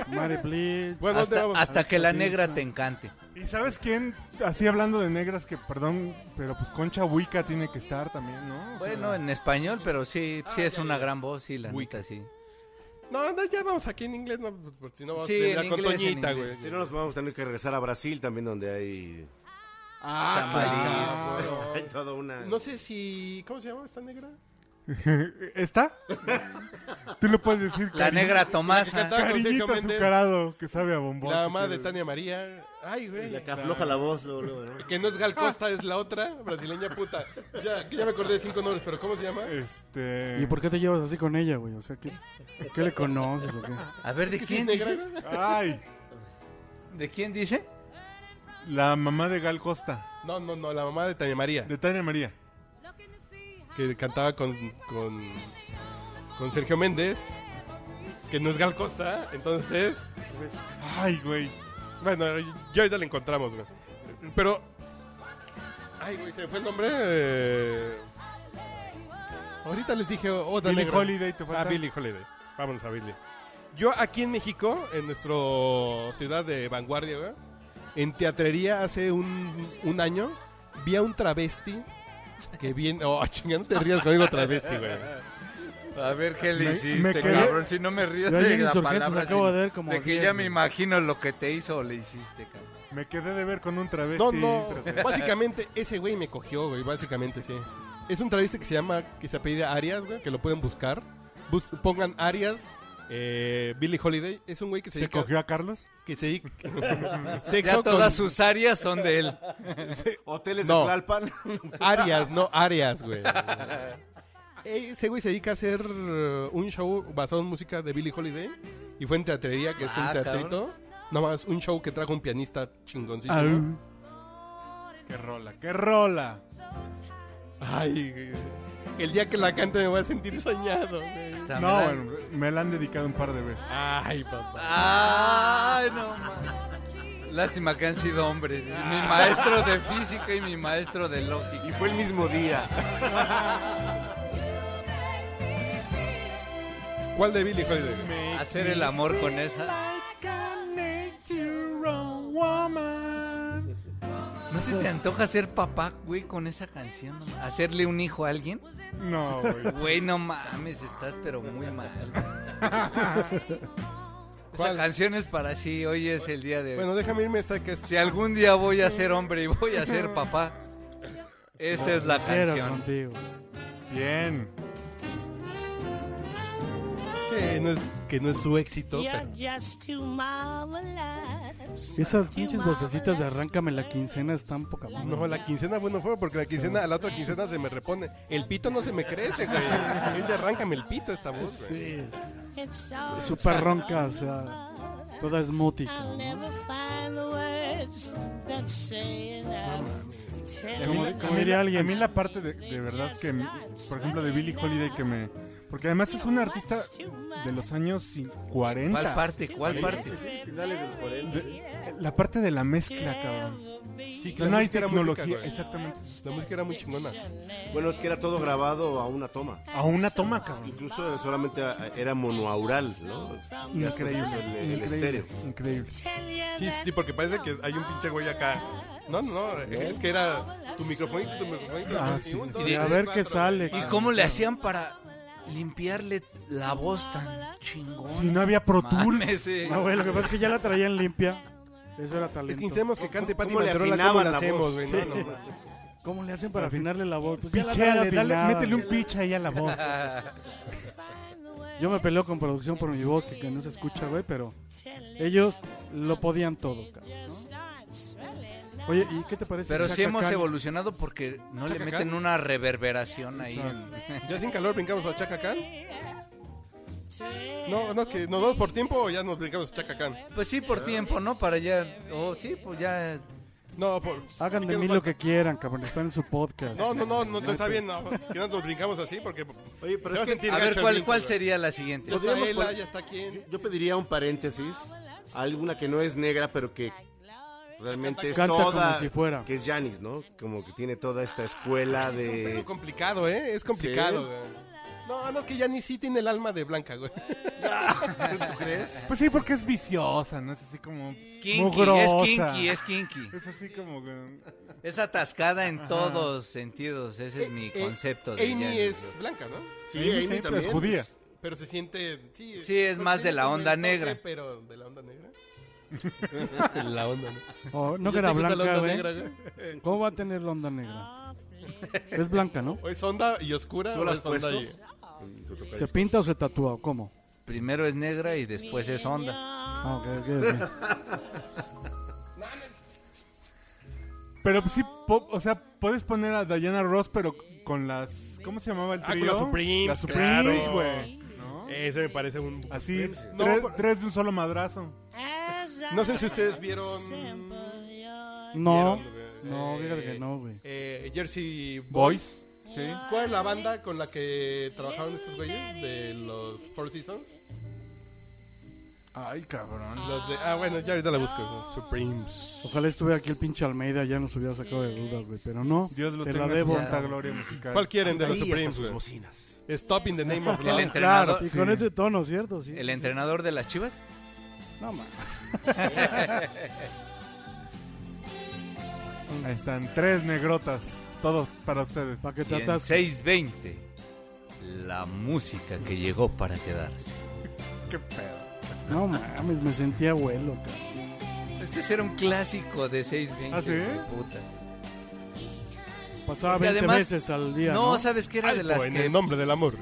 S2: Mary Bleed.
S4: Bueno, ¿dónde
S3: Hasta,
S4: vamos?
S3: hasta que la
S2: Alexa
S3: negra
S2: Lisa.
S3: te encante.
S1: ¿Y sabes quién? Así hablando de negras, que perdón, pero pues Concha Wicca tiene que estar también, ¿no? O sea,
S3: Bueno, en español, pero sí, sí es una gran voz, sí, la
S4: Wicca.
S3: neta, sí.
S4: No, no, ya vamos aquí en inglés, no, porque si no vamos
S3: Sí,
S4: a terminar
S3: en
S4: con
S3: inglés, en
S4: Toñita,
S3: inglés.
S4: güey.
S5: Si no, nos vamos a tener que regresar a Brasil también, donde hay...
S3: Samalí.
S5: hay toda una...
S4: Ah, No sé si. ¿Cómo se llama esta negra?
S1: ¿Está? Tú le puedes decir
S3: La
S1: cari-
S3: negra
S4: La que
S3: Tomasa.
S4: cantaba con
S1: cariñito
S4: Sergio Méndez.
S1: azucarado que sabe a bombón.
S4: La
S1: si
S4: mamá de
S1: quieres.
S4: Tania María. Ay, güey.
S5: La que afloja la voz luego, luego, ¿no?
S4: Que no es
S3: Ah.
S4: Gal Costa, es la otra brasileña puta. Ya, que ya me acordé de cinco nombres, pero ¿cómo se llama?
S1: Este...
S2: ¿Y por qué te llevas así con ella, güey? O sea, ¿qué, qué le conoces o qué?
S3: A ver, ¿de
S4: ¿Que sí es
S3: quién
S4: negra?
S3: dices?
S1: Ay,
S3: ¿De quién dice?
S1: la mamá de Gal Costa,
S4: No, no, no, la mamá de Tania María.
S1: de Tania María.
S4: Que cantaba con, con, con Sergio Méndez. Que no es Gal Costa, entonces.
S1: Ay, güey.
S4: Bueno, ya ahorita la encontramos, güey. Pero. Ay, güey, se me fue el nombre. eh. Ahorita les dije otra
S1: Billie
S4: negra.
S1: Holiday, ¿te falta?
S4: Ah, Billie Holiday. Vámonos a Billie. Yo aquí en México, en nuestra ciudad de vanguardia, güey, en teatrería hace un, un año, vi a un travesti que viene. Oh, chinga, no te rías conmigo, travesti, güey.
S3: A ver, ¿qué
S1: Me-
S3: le
S1: me
S3: hiciste,
S1: quedé-
S3: cabrón? Si no me río
S2: Yo
S3: de
S2: ayer
S3: la
S2: insurgentes
S3: palabra,
S2: acabo
S3: sino
S2: de ver como
S3: de que
S2: diez,
S3: ya me
S2: güey.
S3: imagino lo que te hizo o le hiciste, cabrón.
S1: Me quedé de ver con un travesti.
S4: No, no.
S1: pero-
S4: Básicamente, ese güey me cogió, güey. Básicamente, sí. Es un travesti que se llama, que se apellida Arias, güey, que lo pueden buscar. Bus- pongan Arias, eh, Billy Holiday. Es un güey que se,
S1: ¿Se
S4: dedica-
S1: cogió a Carlos?
S4: Que se dedica-
S3: Ya
S4: Sexo con
S3: todas sus áreas son de él.
S5: Hoteles
S4: No.
S5: de Tlalpan.
S4: Arias, no Arias, güey. Ese güey se dedica a hacer eh, un show basado en música de Billy Holiday. Y fue en teatrería, que es un
S3: Ah,
S4: teatrito. Nada más, un show que trajo un pianista chingoncito.
S1: Au. ¡Qué rola, qué rola!
S4: Ay, güey. El día que la cante me voy a sentir soñado, güey.
S3: Hasta me
S1: No,
S3: da-
S1: bueno, me la han dedicado un par de veces.
S4: Ay, papá.
S3: Ay, no mames. Lástima que han sido hombres. Dice, Mi maestro de física y mi maestro de lógica.
S5: Y fue el mismo día.
S4: ¿Cuál de Billy Holiday? güey?
S3: Hacer el amor con esa.
S1: Like a natural woman.
S3: ¿No se te antoja ser papá, güey, con esa canción? no? ¿Hacerle un hijo a alguien?
S1: No, güey.
S3: Güey, no mames, estás pero muy mal. Esa
S4: ¿Cuál?
S3: canción es para sí, hoy es el día de hoy.
S4: Bueno, déjame irme esta que es.
S3: Si algún día voy a ser hombre y voy a ser papá, esta es la
S2: Pero
S3: canción.
S2: contigo.
S1: Bien.
S4: Que no es, que no es su éxito. pero-
S2: Esas pinches vocecitas de arráncame la quincena están poca madre.
S4: No, la quincena, bueno, fue porque la quincena, a la otra quincena se me repone. El pito no se me crece, güey. Es de arráncame el pito esta voz, güey.
S2: Sí. Súper ronca, o sea, toda smoothie. cabrón, ¿no? Como, como diría
S1: A mí
S2: alguien,
S1: la parte de, de verdad que, por ejemplo, de Billie Holiday que me... Porque además es una artista de los años cin- 40.
S3: ¿Cuál parte? ¿Cuál parte?
S5: Finales de los 40.
S1: De- la parte de la mezcla, cabrón.
S4: Sí,
S1: sea, no hay
S4: música era muy
S1: tecnología,
S4: rica, güey.
S1: exactamente.
S4: La música era muy chingona.
S5: Bueno, es que era todo grabado a una toma.
S1: A una toma, cabrón.
S5: Incluso solamente era- era monoaural, ¿no? Ya después
S1: Increíble.
S5: hizo el- el
S1: Increíble.
S5: estéreo.
S1: Increíble.
S4: Sí, sí, sí, porque parece que hay un pinche güey acá. No, no, no, es, es que era tu microfonito, tu microfonito.
S1: Ah,
S4: y un,
S1: sí.
S4: dos,
S3: Y de-
S4: tres,
S3: a
S2: ver qué
S4: cuatro,
S2: sale.
S4: güey.
S3: ¿Y cómo le hacían para limpiarle la voz tan chingón?
S1: Si no había Pro Tools.
S3: Mames, sí.
S2: No, Ah, güey, lo que pasa es que ya la traían limpia. Eso era
S4: eh. Es que
S2: talento.
S4: necesitamos que cante Pati
S5: ¿Cómo le
S4: Manterola, ¿cómo
S5: afinaban
S4: la
S5: la
S4: hacemos,
S5: voz?
S4: güey? No, no, no.
S2: ¿Cómo le hacen para afinarle la voz? Pues ya la
S1: Pichéale,
S2: traen
S1: dale,
S2: afinada.
S1: métele un pitch ahí a la voz.
S2: Yo me peleo con producción por mi voz, que, que no se escucha, güey, pero ellos lo podían todo, cabrón, ¿no? Oye, ¿y qué te parece?
S3: Pero
S2: Chaka
S3: sí hemos
S2: Khan?
S3: evolucionado porque no le
S4: Chacacán.
S3: meten una reverberación ahí. en-
S4: ¿Ya sin calor brincamos a Chacacán? No, no, que nos vamos por tiempo o ya nos brincamos a Chacacán.
S3: Pues sí, por tiempo, ¿no? Para ya... Oh, sí, pues ya...
S4: No, por.
S2: Hagan
S4: ¿qué
S2: de
S4: nos
S2: mí
S4: falta?
S2: lo que quieran, cabrón, están en su podcast.
S4: No, no, no, no, no está bien. No, que no nos brincamos así porque.
S5: Oye, pero
S4: se va
S5: es que-
S4: sentir
S3: A
S4: gacho
S3: ver,
S4: el Pues
S3: ¿cuál,
S4: brinco,
S3: cuál
S4: güey.
S3: sería la siguiente?
S4: Ya está
S5: Podríamos
S4: Ela,
S5: pon-
S4: ya está aquí.
S5: Yo pediría un paréntesis, alguna que no es negra, pero que realmente es
S2: Canta como
S5: toda,
S2: si fuera.
S5: que es Janis, ¿no? Como que tiene toda esta escuela
S4: Es
S5: de...
S4: algo complicado, ¿eh? Es complicado, güey. No, no, que ya ni sí tiene el alma de blanca, güey. ¿Tú crees?
S1: Pues sí, porque es viciosa, ¿no? Es así como.
S3: Kinky, es
S1: mugrosa.
S3: kinky, es kinky.
S1: Es así como. güey.
S3: Es atascada en todos sentidos. Ese es mi concepto de
S4: Eh, Amy
S3: Janis.
S4: es blanca, ¿no?
S1: Amy siempre es judía.
S5: pues,
S4: Pero se siente. Sí,
S3: Sí, es
S4: pero
S3: más
S4: tiene
S3: de la
S4: como el
S3: onda
S4: toque,
S3: negra.
S4: Pero de la onda negra. la onda negra.
S2: Oh, no
S4: ¿Ya
S2: que era
S4: te gusta la
S2: blanca,
S4: onda
S2: güey.
S4: negra, güey?
S2: ¿Cómo va a tener la onda negra? Es blanca, ¿no?
S4: ¿O es onda y oscura?
S5: ¿Tú
S4: o
S5: la has
S4: es onda
S5: puesto?
S4: y-
S2: ¿Se pinta o se tatúa? o ¿Cómo?
S3: Primero es negra y después es onda.
S2: Ah, ok, ok, ok.
S1: Pero pues sí, po- o sea, puedes poner a Diana Ross, pero con las. ¿Cómo se llamaba el
S4: Ah, con
S1: trío?
S4: las Supremes,
S1: Las Supremes,
S4: claro.
S1: güey. ¿no?
S4: Ese me parece un...
S1: Así,
S4: No,
S1: tres,
S4: por-
S1: tres de un solo madrazo.
S4: No sé si ustedes vieron...
S2: No,
S4: vieron,
S2: no,
S4: eh,
S2: fíjate que no, güey.
S4: eh, Jersey Boys.
S1: Boys. Sí.
S4: ¿Cuál es la banda con la que trabajaron estos güeyes? De los Four Seasons.
S1: Ay, cabrón.
S4: Los de... Ah, bueno, ya ahorita la busco. ¿no? Supremes.
S2: Ojalá estuviera aquí el pinche Almeida, ya nos hubiera sacado de dudas, güey. Pero no,
S1: Dios lo
S2: te
S1: tenga
S2: la
S1: en su
S2: debo.
S1: santa gloria musical.
S4: ¿Cuál quieren de los
S5: ahí hasta
S4: Supremes,
S5: sus
S4: güey?
S5: bocinas.
S4: Stop in the name of
S3: El
S4: love.
S3: entrenador,
S2: Y con ese tono, ¿cierto? Sí.
S3: el entrenador de las chivas.
S2: No, man.
S1: Ahí están tres negrotas. Todo para ustedes.
S2: Para que
S3: Y en
S2: tratas.
S3: 620, la música que llegó para quedarse.
S2: No mames, me sentía abuelo, cabrón.
S3: Es que ese era Este un clásico de 620.
S1: ¿Ah, sí?
S3: hijo de puta.
S2: Pasaba
S3: Porque
S2: 20
S3: además-
S2: veces Ah, al día.
S3: No,
S2: No,
S3: ¿sabes qué era de las
S4: Alto en
S3: que...?
S4: el nombre del amor.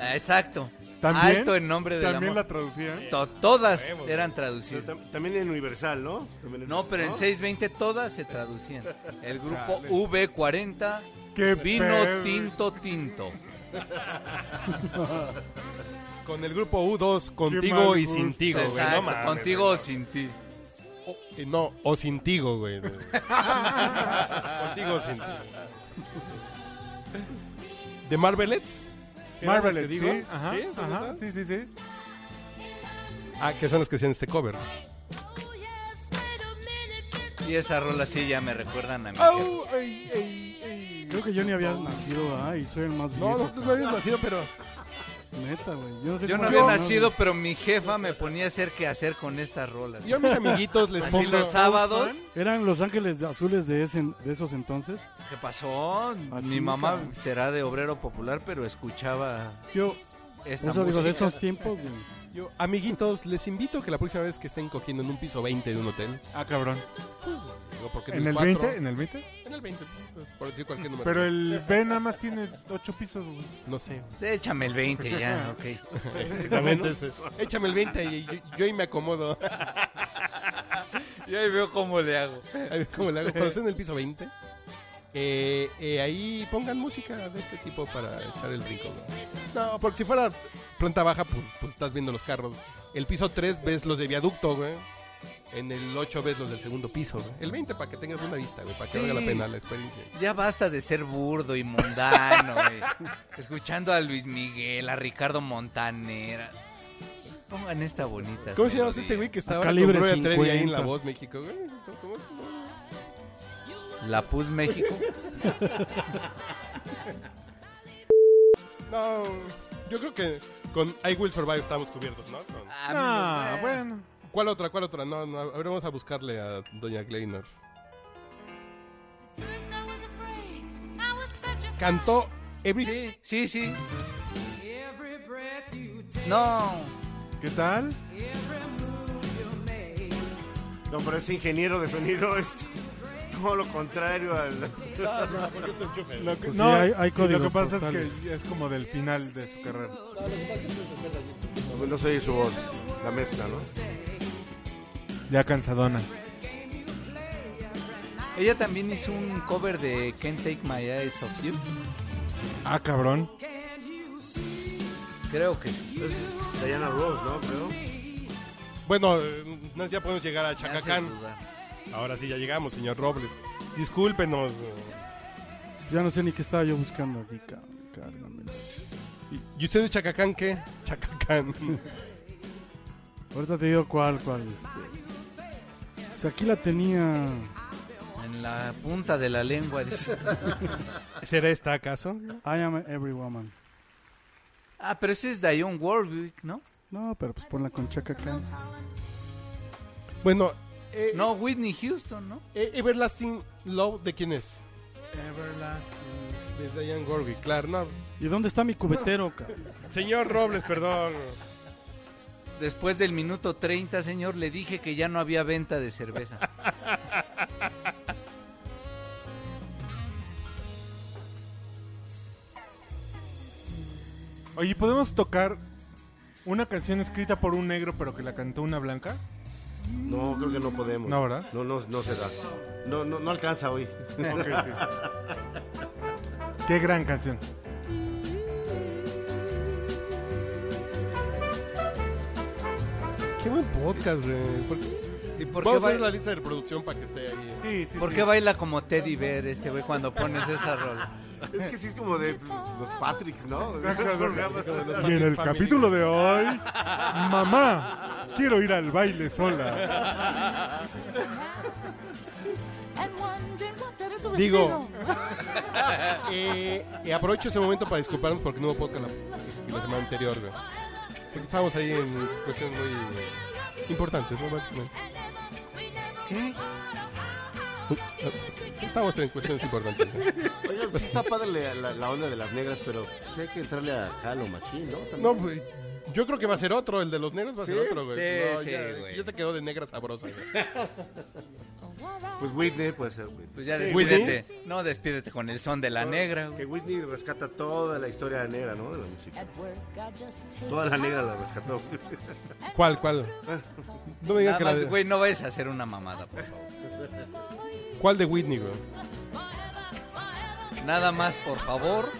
S3: Ah, Exacto.
S1: ¿También?
S3: Alto en nombre del
S1: También la
S3: amor.
S1: traducían.
S3: To- Todas
S4: Huevo, güey.
S3: eran
S5: Pero
S3: traducidas.
S5: tam- también en Universal, ¿no? También en-
S3: No, pero en 620 todas se traducían. El grupo V40,
S1: Qué
S3: vino
S1: pedo.
S3: tinto tinto.
S4: Con el grupo U2, contigo
S1: mal
S4: y sin
S1: gusto.
S4: tigo, güey.
S3: Exacto,
S4: No mames,
S3: contigo
S4: güey,
S3: o sin ti.
S4: O- eh, no, o sin tigo, güey. Contigo o sin tigo. ¿De Marvelettes? ¿Eran los
S1: Marvel,
S4: que
S1: sí.
S4: digo?
S1: Ajá,
S4: ¿Sí? ¿Son
S1: ajá,
S4: esas?
S1: sí, sí, sí.
S4: Ah, que son los que hacían este cover.
S3: Y esa rola sí ya me recuerdan a mí.
S4: Au, ay, ay, ay.
S2: creo que yo ni había nacido, ¿verdad? Y soy el más
S4: No,
S2: viejo.
S4: nosotros no habíamos nacido, pero...
S2: cabrón. Neta, güey. Yo no, sé
S3: Yo
S2: cómo
S3: no
S2: había
S3: había nacido, pero mi jefa me ponía a hacer qué hacer con estas rolas.
S4: Yo a mis amiguitos les
S3: Así
S4: pongo...
S3: los sábados.
S2: Eran los ángeles de- azules de, ese, de esos entonces.
S3: ¿Qué pasó?
S2: Así,
S3: Mi mamá
S2: cabrón.
S3: será de obrero popular, pero escuchaba
S4: Yo,
S3: esta
S2: Eso digo,
S3: música.
S2: de esos tiempos, güey.
S4: yo, amiguitos, les invito que la próxima vez que estén cogiendo en un piso 20 de un hotel...
S1: Ah, cabrón.
S4: digo, porque
S1: ¿En el
S4: cuatro-
S1: 20? ¿En el 20?
S4: En el 20, pues, por decir cualquier número.
S1: Pero el B nada más tiene ocho pisos, güey.
S4: No sé.
S3: Échame el 20 ya, ok.
S4: Exactamente. ese. Échame el 20 y yo, yo ahí me acomodo.
S3: Y ahí veo cómo le hago.
S4: A ver cómo le hago. Cuando estoy en el piso 20, eh, eh, ahí pongan música de este tipo para echar el brinco. güey. No, porque si fuera planta baja, pues, pues estás viendo los carros. El piso 3 ves los de viaducto, güey. En el 8 ves los del segundo piso, güey. El 20 para que tengas una vista, güey, para que
S3: Sí.
S4: valga la pena la experiencia.
S3: Ya basta de ser burdo y mundano, güey. escuchando a Luis Miguel, a Ricardo Montanera. Pongan esta bonita.
S1: este
S4: ¿Cómo se llama
S3: melodía.
S4: este güey que estaba
S2: Calibre
S4: con Gloria Trevi ahí en
S2: 50.
S4: La Voz México, güey? ¿Cómo- cómo-
S3: La PUS México.
S4: No, yo creo que con I Will Survive estamos cubiertos, ¿no? Con-
S1: Ah, bueno.
S4: ¿Cuál otra? ¿Cuál otra? No, no, a ver, vamos a buscarle a Doña Gleynor. Cantó Every...
S3: Sí, sí, sí. No.
S1: ¿Qué tal?
S5: No, pero ese ingeniero de sonido es todo lo contrario al...
S1: Lo que,
S2: Pues
S1: no,
S2: sí, hay- hay
S1: y lo
S2: códigos
S1: que pasa
S2: postales.
S1: es que es como del final de su carrera.
S5: pues No se oye su voz, la mezcla, ¿no?
S1: Ya cansadona.
S3: Ella también hizo un cover de Can't Take My Eyes Off You.
S1: Ah, cabrón.
S3: Creo que.
S5: Es Diana Rose, ¿no? Creo.
S4: Bueno, eh, no sé, ya podemos llegar a
S3: me hace
S4: Chacacán.
S3: dudar.
S4: Ahora sí, ya llegamos, señor Robles. Discúlpenos. eh.
S2: Ya no sé ni qué estaba yo buscando aquí, cabrón, cárgame la ch-
S4: ¿Y- ¿Y usted de Chacacán qué? Chacacán.
S2: Ahorita te digo cuál, cuál. este. Pues aquí la tenía.
S3: En la punta de la lengua dice.
S4: ¿Será esta acaso?
S2: I am every woman.
S3: Ah, pero ese es Dionne Warwick, ¿no?
S2: No, pero pues ponla con chaca acá.
S4: Bueno, eh,
S3: No, Whitney Houston, ¿no?
S4: eh, Everlasting Love, ¿de quién es? Everlasting. De Diane Gorby, claro. no.
S2: ¿Y dónde está mi cubetero, cabrón?
S4: Señor Robles, perdón.
S3: Después del minuto 30, señor, le dije que ya no había venta de cerveza.
S1: Oye, ¿podemos tocar una canción escrita por un negro pero que la cantó una blanca?
S5: No, creo que no podemos.
S1: No, ¿verdad?
S5: No, no, no se da. No, no, no alcanza hoy.
S1: Ok, sí. Qué gran canción.
S4: Qué buen podcast, güey. ¿Por qué?
S3: ¿Y por qué,
S4: Vamos a
S3: ba-
S4: hacer la lista de reproducción para que esté ahí.
S1: Sí, sí,
S3: por
S1: sí.
S3: qué baila como Teddy Bear este güey cuando pones esa rola?
S5: Es que sí es como de los Patricks, ¿no?
S1: Y en el capítulo de hoy, mamá, quiero ir al baile sola.
S4: Digo, eh, eh, aprovecho ese momento para disculparnos porque no hubo podcast la, la semana anterior, güey. Porque estábamos ahí en cuestiones muy eh, importantes, ¿no? Básicamente.
S3: ¿Qué?
S4: Estábamos en cuestiones importantes.
S5: Oigan, sí está padre la, la- la onda de las negras, pero sí hay que entrarle a Jalo Machín, ¿no? También.
S4: No, pues, yo creo que va a ser otro, el de los negros va a ser otro, güey.
S3: Sí,
S4: No,
S3: sí,
S4: ya,
S3: güey.
S4: ya se quedó de negra sabrosa, güey.
S5: Pues Whitney puede ser, Whitney.
S3: Pues ya despídete. No, despídete con el son de la negra,
S5: Que
S3: güey.
S5: Whitney rescata toda la historia negra, ¿no? De la música. Toda la negra la rescató.
S4: ¿Cuál, cuál? No me digan
S3: Nada
S4: que la
S3: más,
S4: de-
S3: güey, no vayas a hacer una mamada, por favor.
S4: ¿Cuál de Whitney, güey?
S3: Nada más, por favor.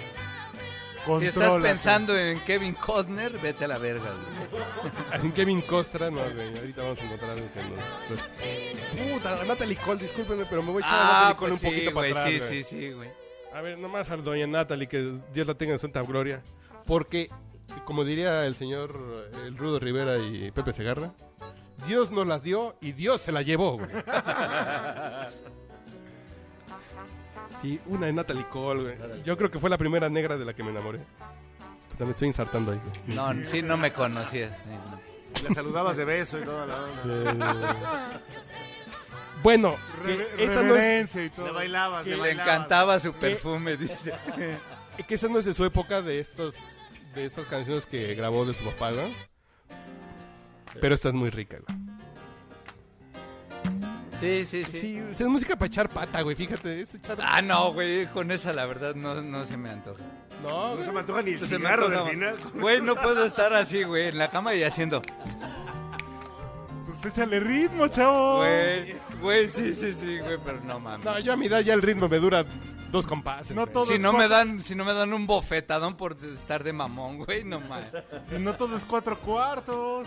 S3: Si estás
S1: Contrólate.
S3: pensando en Kevin Costner, vete a la verga, güey.
S4: En Kevin Costra, no, güey. Ahorita vamos a encontrar algo que nos... Puta, Natalie Cole, discúlpeme, pero me voy a echar a Natalie Cole un poquito para
S3: güey,
S4: atrás,
S3: Ah, pues sí,
S4: güey.
S3: sí, sí, güey.
S4: A ver, nomás a doña Natalie, que Dios la tenga en santa gloria. Porque, como diría el señor eh, el Rudo Rivera y Pepe Segarra, Dios nos las dio y Dios se la llevó. güey. Sí, una de Natalie Cole, güey. Yo creo que fue la primera negra de la que me enamoré. También estoy insertando ahí. güey.
S3: No, sí, no me conocías. sí, no.
S5: Y la saludabas de beso y toda la onda.
S4: Bueno, que esta no es,
S1: Reverencia y todo.
S5: Le bailabas,
S3: Le
S5: le bailabas.
S3: encantaba su perfume, dice.
S4: que esa no es de su época de estos de estas canciones que grabó de su papá, ¿no? Pero esta es muy rica, güey.
S3: Sí, sí, sí.
S4: Sí, o sea, es música para echar pata, güey, fíjate, es echar...
S3: Ah, no, güey, con esa la verdad no, no se me antoja.
S4: No,
S5: No
S4: güey.
S5: se me antoja ni el
S3: Se me
S5: cigarro del
S3: antoja-
S5: final.
S3: Güey, no puedo estar así, güey, en la cama y haciendo.
S1: Pues échale ritmo, chavo.
S3: Güey, güey, sí, sí, sí, güey, pero no mames.
S4: No, yo a mi edad ya el ritmo me dura dos compases.
S1: No
S4: güey.
S1: todo
S3: si
S1: es
S3: no me
S1: cuatro-
S3: dan, si no me dan un bofetadón por estar de mamón, güey, no mames.
S1: Si no todo es cuatro cuartos.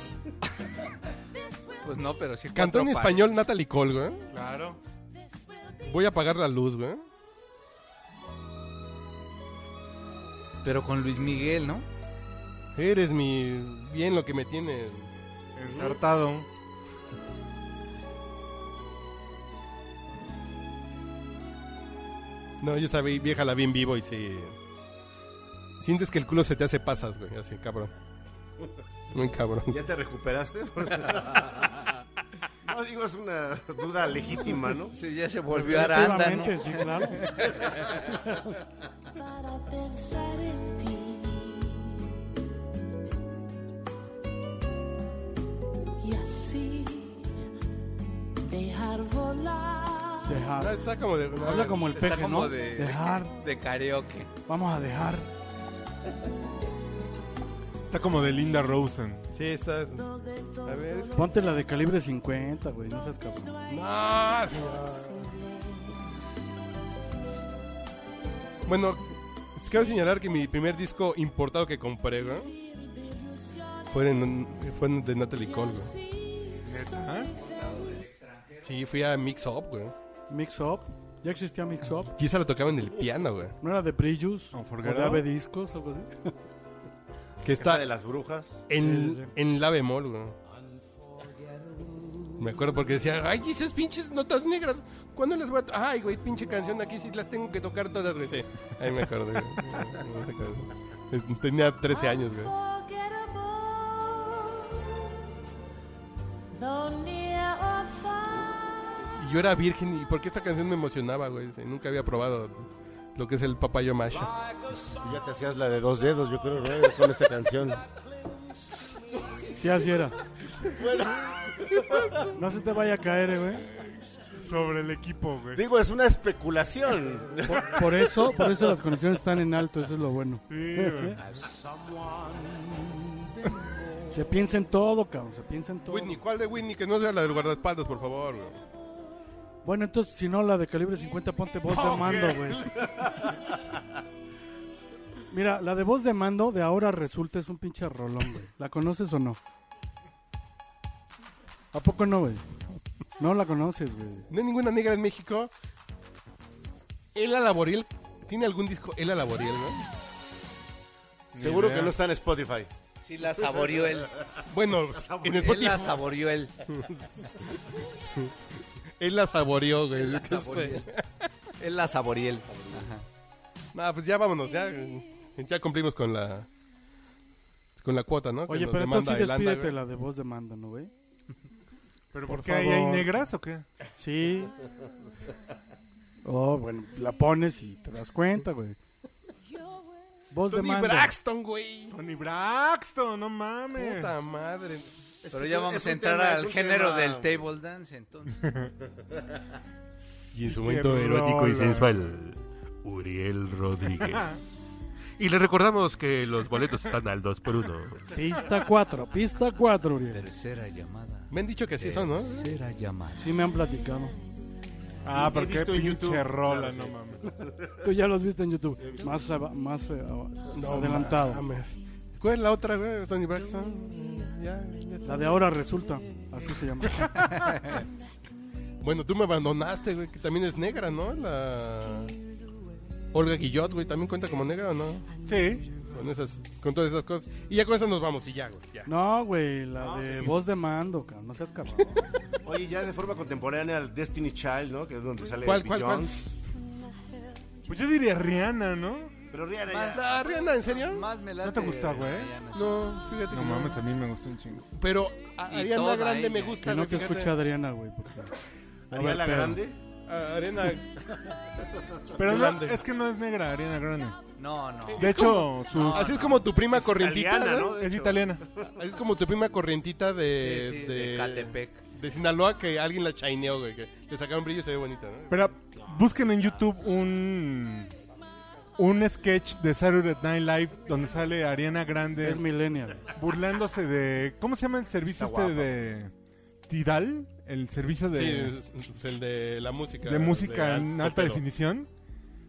S3: Pues no, pero sí.
S4: Cantó
S3: cuatro
S4: en
S3: pares.
S4: español Natalie Cole, güey.
S1: Claro.
S4: Voy a apagar la luz, güey.
S3: Pero con Luis Miguel, ¿no?
S4: Eres mi... bien lo que me tienes.
S1: Ensartado.
S4: No, yo sabía, vieja la vi en vivo y sí. Sientes que el culo se te hace pasas, güey, así, cabrón. Muy cabrón.
S5: ¿Ya te recuperaste? no, digo, es una duda legítima, ¿no?
S3: Sí, ya se volvió aranda, ¿no?
S2: Efectivamente, sí, claro.
S10: para pensar en ti. Y así dejar volar.
S4: No,
S2: Dejar.
S4: está como de. no,
S2: Habla como el
S3: Está
S2: peje,
S3: como
S2: ¿no?
S3: de-
S2: Dejar.
S3: De karaoke.
S2: Vamos a dejar.
S1: Está como de Linda Rosen.
S4: Sí, está. A ver, es-
S2: Ponte la de calibre 50, güey. No seas cabrón.
S4: No, señor. Bueno, quiero señalar que mi primer disco importado que compré, güey, fue, en, fue en- de Natalie Cole, güey. Sí, fui a Mix Up, güey.
S2: Mix Up. Ya existía Mix Up.
S4: Y esa la tocaba en el piano, güey.
S2: ¿No era de Prejus?
S1: ¿O
S2: ¿O
S1: Forgerado?
S2: de Ave Discos? Algo así.
S4: Que
S5: Esta
S4: está
S5: de las brujas.
S4: en,
S2: Sí, sí.
S4: en la bemol, güey. Me acuerdo porque decía, ay, esas pinches notas negras, ¿cuándo las voy a to-? Ay, güey, pinche canción aquí sí las tengo que tocar todas, güey. Sí. Ahí me acuerdo, güey. Es- Tenía 13 años, güey.
S10: Unforgettable, though near or far.
S4: Y yo era virgen y porque esta canción me emocionaba, güey. Sí, nunca había probado lo que es el papayo masha.
S5: Y ya te hacías la de dos dedos, yo creo, ¿no? con esta canción.
S2: Sí, así era. No se te vaya a caer, eh, güey.
S1: Sobre el equipo, güey.
S5: Digo, es una especulación.
S2: Por, por eso, por eso las conexiones están en alto, eso es lo bueno.
S1: Sí, güey.
S2: Se piensa en todo, cabrón, se piensa en todo.
S4: Whitney, ¿cuál de Whitney? Que no sea la del guardaespaldas, por favor, güey.
S2: Bueno, entonces, si no, la de calibre 50, ponte voz de mando, güey. Mira, la de voz de mando de ahora resulta es un pinche rolón, güey. ¿La conoces o no? ¿A poco no, güey? No la conoces, güey.
S4: No hay ninguna negra en México. Ela Laboriel. ¿Tiene algún disco Ela Laboriel, güey?
S5: Seguro
S4: idea.
S5: que no está en Spotify.
S3: Sí, la saboreó él.
S4: Bueno, en
S3: Él
S4: Spotify.
S3: la saboreó él.
S4: Él la saboreó, güey. ¿Qué sé?
S3: Él la saboreó él.
S4: Nah, pues ya vámonos, ya. Ya cumplimos con la. Con la cuota, ¿no? Que
S2: Oye,
S4: nos
S2: pero
S4: demanda
S2: entonces sí
S4: Irlanda,
S2: despídete
S4: güey.
S2: la de voz de mando, ¿no, güey?
S1: ¿Pero
S2: Por
S1: por qué ahí hay
S2: favor.
S1: negras o qué?
S2: Sí. Oh, bueno, la pones y te das cuenta, güey. Voz de
S4: Tony
S2: mando.
S4: Braxton, güey.
S1: Tony Braxton, no mames.
S4: Puta madre.
S3: Pero ya vamos
S5: es
S3: a
S5: un
S3: entrar
S5: tema, es
S3: al
S5: un
S3: género
S5: tema.
S3: del table dance, entonces.
S1: Y en su
S11: momento erótico y sensual, Uriel Rodríguez. Y le recordamos que los boletos están al 2 por 1
S2: Pista 4, pista 4, Uriel.
S3: Tercera llamada.
S4: Me han dicho que así son, ¿no?
S3: Tercera llamada.
S2: Sí me han platicado.
S1: Ah, pero
S5: He
S1: qué
S5: visto en
S1: pinche
S5: YouTube.
S1: rola,
S5: Claro, sí.
S1: no mames.
S2: Tú ya lo has visto en YouTube. Más, ava- más eh, ava- adelantado.
S4: mames. ¿Cuál es la otra, güey? Tony Braxton. Ya, ya está.
S2: La de ahora resulta. Así se llama.
S4: Bueno, tú me abandonaste, güey, que también es negra, ¿no? La. Olga Guillot, güey, también cuenta como negra, ¿o no?
S1: Sí.
S4: Con, esas, con todas esas cosas. Y ya con esas nos vamos y ya, güey. Ya.
S2: No, güey, la de voz de mando, cabrón. No seas cabrón.
S5: Oye, ya de forma contemporánea al Destiny Child, ¿no? Que es donde sale
S4: ¿Cuál,
S5: Bill
S4: cuál, cuál?
S5: Jones.
S1: Pues yo diría Rihanna, ¿no?
S5: Pero Rihanna
S3: Más-
S5: ya.
S4: Ah, Rihanna, ¿en serio?
S3: Más me late
S1: ¿No te gusta, güey?
S3: Mariana.
S4: No, fíjate que
S1: No mames, a mí me gustó un chingo.
S4: Pero a-
S3: Y
S4: Ariana
S3: toda
S4: Grande
S3: ella.
S4: me gusta,
S2: Que no
S4: güey,
S2: te
S4: fíjate.
S2: escucha Adriana, güey. porque-
S5: Ariana
S2: pero-
S5: Grande.
S4: A- Ariana.
S1: Pero no,
S4: Grande.
S1: es que no es negra, Ariana Grande.
S3: No, no.
S1: De hecho, su
S4: Así es como Ah, tu prima corrientita,
S5: italiana,
S4: ¿no?
S5: ¿no? De
S1: es
S5: hecho.
S1: italiana.
S4: Así es como tu prima corrientita de.
S3: Sí, sí, de Catepec.
S4: de Sinaloa que alguien la chaineó, güey. Que le sacaron brillo y se ve bonita, ¿no?
S1: Pero busquen en YouTube un un sketch de Saturday Night Live donde sale Ariana Grande
S2: Es millennial.
S1: burlándose de ¿cómo se llama el servicio
S5: Está
S1: este de Tidal? El servicio de
S4: Sí, es- es el de la música.
S1: de música en
S4: alto
S1: alta
S4: pelo.
S1: definición.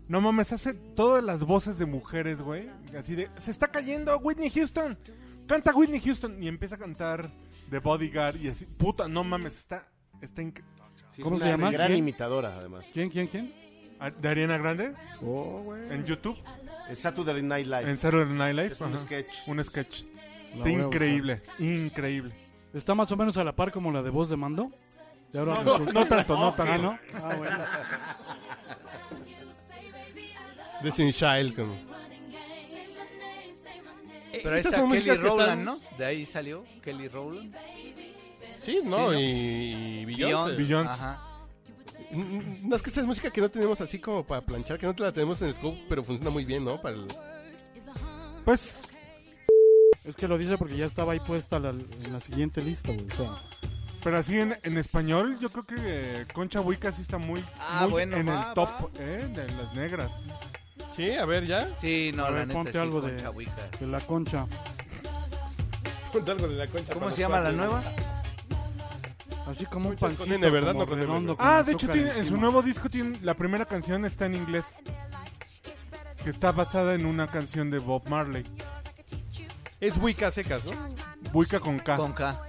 S1: No mames, hace todas las voces de mujeres, güey. Así de, se está cayendo Whitney Houston. Canta Whitney Houston. Y empieza a cantar The Bodyguard. Y así, puta, no mames, está, está inc-
S5: Sí, es
S2: ¿Cómo
S5: una
S2: se llama?
S5: Gran
S2: ¿Quién?
S5: imitadora, además.
S2: ¿Quién, quién, quién?
S1: ¿De Ariana Grande?
S2: Oh, güey.
S1: En YouTube.
S5: Es Saturday Night Live.
S1: En Saturday Night Live.
S5: Es un
S1: ajá.
S5: sketch.
S1: Un sketch.
S2: La
S1: Está
S2: voy a
S1: increíble. Increíble.
S2: buscar. Está más o menos a la par como la de voz de mando. De ahora
S1: No,
S2: resulta.
S1: no tanto, no
S2: Ah,
S1: tanto.
S2: ¿no? Ah, bueno.
S4: Destiny Child. Como.
S3: Pero ahí
S4: Estas
S3: está
S4: son
S3: Kelly
S4: músicas que
S3: Rowland,
S4: están-
S3: ¿no? De ahí salió Kelly Rowland.
S4: Sí, no,
S3: Sí,
S4: y, y Beyoncé.
S3: Beyoncé. Beyoncé. Ajá.
S4: N- n- No es que esta es música que no tenemos así como para planchar, que no te la tenemos en el scope, pero funciona muy bien, ¿no? Para el-
S2: Pues. Es que lo dice porque ya estaba ahí puesta la, en la siguiente lista, güey. O sea,
S1: Pero así en, en español, yo creo que eh, Concha Huica sí está muy,
S3: Ah,
S1: muy
S3: bueno,
S1: en
S3: va,
S1: el top eh, de las negras.
S4: Sí, a ver, ya.
S3: Sí, no,
S2: a
S3: la
S2: ver,
S3: neta
S2: ponte
S3: sí,
S2: algo de,
S3: Concha Huica.
S2: de la concha.
S4: Ponte algo de la concha.
S3: ¿Cómo
S4: para
S3: se
S4: los
S3: llama la
S4: cuatro.
S3: nueva?
S2: Así como un
S4: Muchas
S2: pancito.
S4: con N, ¿verdad?
S2: como
S4: No con M,
S2: redondo,
S4: ¿verdad?
S2: con
S1: Ah, de hecho,
S2: azúcar
S1: tiene- en su
S2: encima.
S1: nuevo disco tiene, la primera canción está en inglés. Que está basada en una canción de Bob Marley.
S4: Es Wicca secas, ¿no?
S1: Buica con K.
S3: Con K.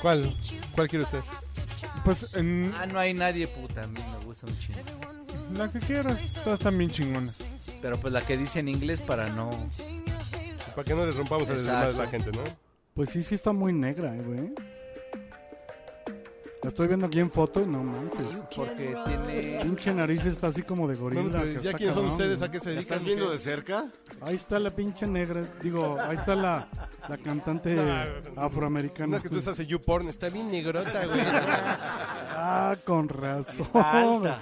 S4: ¿Cuál? ¿Cuál quiere usted?
S1: Pues en
S3: Ah, no hay nadie, puta. A mí me gusta un chingo.
S1: la que quieras, todas están bien chingonas.
S3: Pero pues la que dice en inglés para no.
S4: Para que no les rompamos el
S3: Exacto.
S4: desmadre a la gente, ¿no?
S2: Pues sí, sí está muy negra, eh, güey. La estoy viendo aquí en foto y no manches.
S3: Porque tiene.
S2: Pinche nariz está así como de gorila.
S4: No, pues,
S2: que
S4: ya
S2: está
S4: quiénes son
S2: cabrón,
S4: ustedes,
S2: güey.
S4: a qué se
S5: ¿La
S4: dedican.
S5: estás viendo
S4: ¿Qué?
S5: de cerca?
S2: Ahí está la pinche negra. Digo, ahí está la, la cantante afroamericana.
S4: No es que tú estás en YouPorn, está bien negrota, güey.
S2: Ah, con razón.
S5: Alta.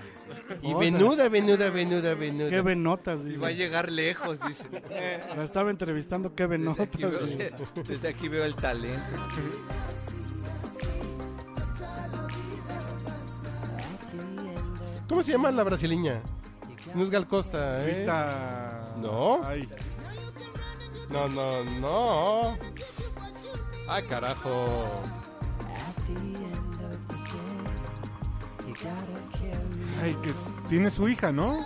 S4: Y venuda, venuda, venuda, venuda.
S2: Qué venotas,
S3: Y va a
S2: dice.
S3: llegar lejos, dice.
S2: La estaba entrevistando, qué
S3: Desde aquí,
S2: venotas.
S3: veo,
S2: dice.
S3: desde aquí veo el talento.
S4: ¿Cómo se llama la brasileña? No es Gal Costa, ¿eh?
S1: Rita-
S4: No.
S1: Ay,
S4: No, no, no. Ah, carajo.
S1: ay, que s- tiene su hija, ¿no?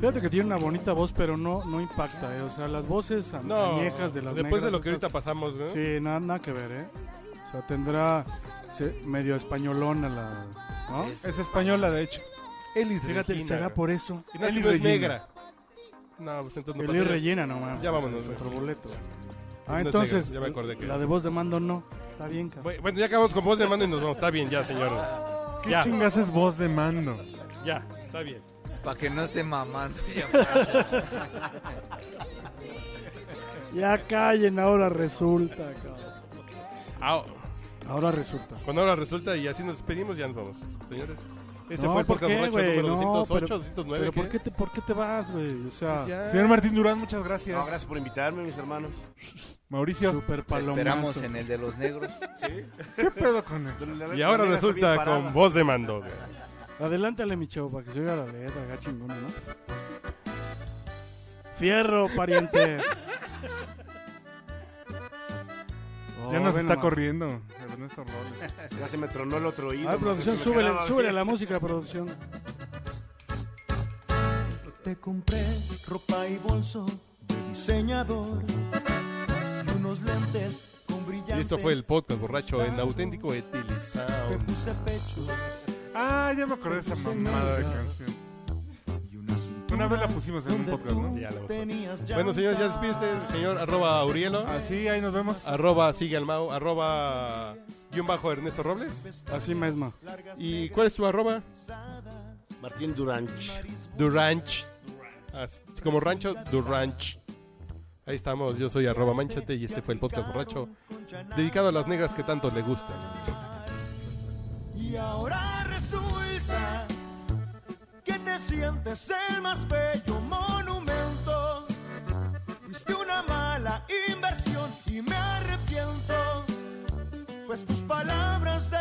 S2: Fíjate que tiene una bonita voz, pero no, no impacta, eh. O sea, las voces an-
S4: No.
S2: añejas de las
S4: Después de
S2: negras
S4: lo que ahorita
S2: estas-
S4: pasamos, ¿no?
S2: Sí, nada, nada que ver, eh. O sea, tendrá se- medio españolona la... ¿no?
S1: Es española, de hecho.
S4: Elis
S2: Fíjate,
S4: Regina,
S2: será
S4: güey.
S2: por eso.
S4: Y no,
S1: Elis
S4: no es
S1: Regina.
S4: negra. No, pues entonces no
S2: El
S4: pasa
S2: ir
S4: nada.
S2: rellena nomás.
S4: Ya vámonos,
S2: Es
S4: güey.
S2: Otro boleto.
S4: No
S2: Ah,
S4: es
S2: entonces,
S4: negra, ya me acordé que-
S2: la de voz de mando no. Está bien, cabrón.
S4: Bu- Bueno, ya acabamos con voz de mando y nos vamos. Está bien, ya, señor.
S1: ¿Qué
S4: Ya.
S1: chingas es voz de mando?
S2: Eh.
S4: Ya, está bien.
S3: Para que no esté mamando.
S2: Ya callen, ahora resulta, cabrón.
S4: Ah,
S2: Ahora resulta.
S4: cuando ahora resulta y así nos despedimos, ya nos vamos. Señores, este
S2: No,
S4: fue el
S2: ¿por
S4: podcast
S2: qué,
S4: borracho
S2: güey?
S4: número
S2: No,
S4: 208,
S2: pero-
S4: 209.
S2: Pero ¿por
S4: ¿qué?
S2: qué te, por qué te vas, güey? O sea,
S4: Ya.
S1: Señor Martín Durán, muchas gracias.
S5: No, gracias por invitarme, mis hermanos.
S1: Mauricio,
S2: super palomazo.
S3: Esperamos en el de los negros.
S1: ¿qué pedo con eso?
S4: Y ahora resulta con voz de mando. güey.
S2: Ah, Adelántale, mi chavo, para que se oiga la letra, acá chingón, ¿no? Fierro, pariente.
S1: Ya nos está
S2: corriendo.
S1: corriendo Ernesto Robles.
S5: Ya se me tronó el otro oído.
S2: A ver,
S5: porque
S2: producción,
S5: me
S2: súbele,
S5: quedaba
S2: súbele
S5: bien.
S2: la música, producción.
S12: Te compré ropa y bolso de diseñador y unos lentes con brillantes.
S4: Y esto fue el podcast borracho en auténtico
S12: Te
S4: estilizado.
S12: puse pechos
S1: Ah, ya me acordé de esa mamada de canción.
S12: y una cintura
S1: Una vez la pusimos en un
S12: donde
S1: podcast, ¿no?
S12: tú
S4: Ya la buscó.
S12: tenías
S4: Bueno, señores, ya despiste. Señor arroba Aurielo,
S1: Así, Ah, ahí nos vemos.
S4: arroba sigue al Mau, arroba guión bajo Ernesto Robles.
S2: Así mismo.
S4: ¿Y cuál es tu arroba?
S5: Martín Duranch.
S4: Duranch. Así como rancho, Duranch. Ahí estamos, yo soy arroba manchate y este fue el podcast borracho dedicado a las negras que tanto le gustan.
S12: Y ahora resulta que te sientes el más bello monumento. Fuiste una mala inversión y me arrepiento, pues tus palabras de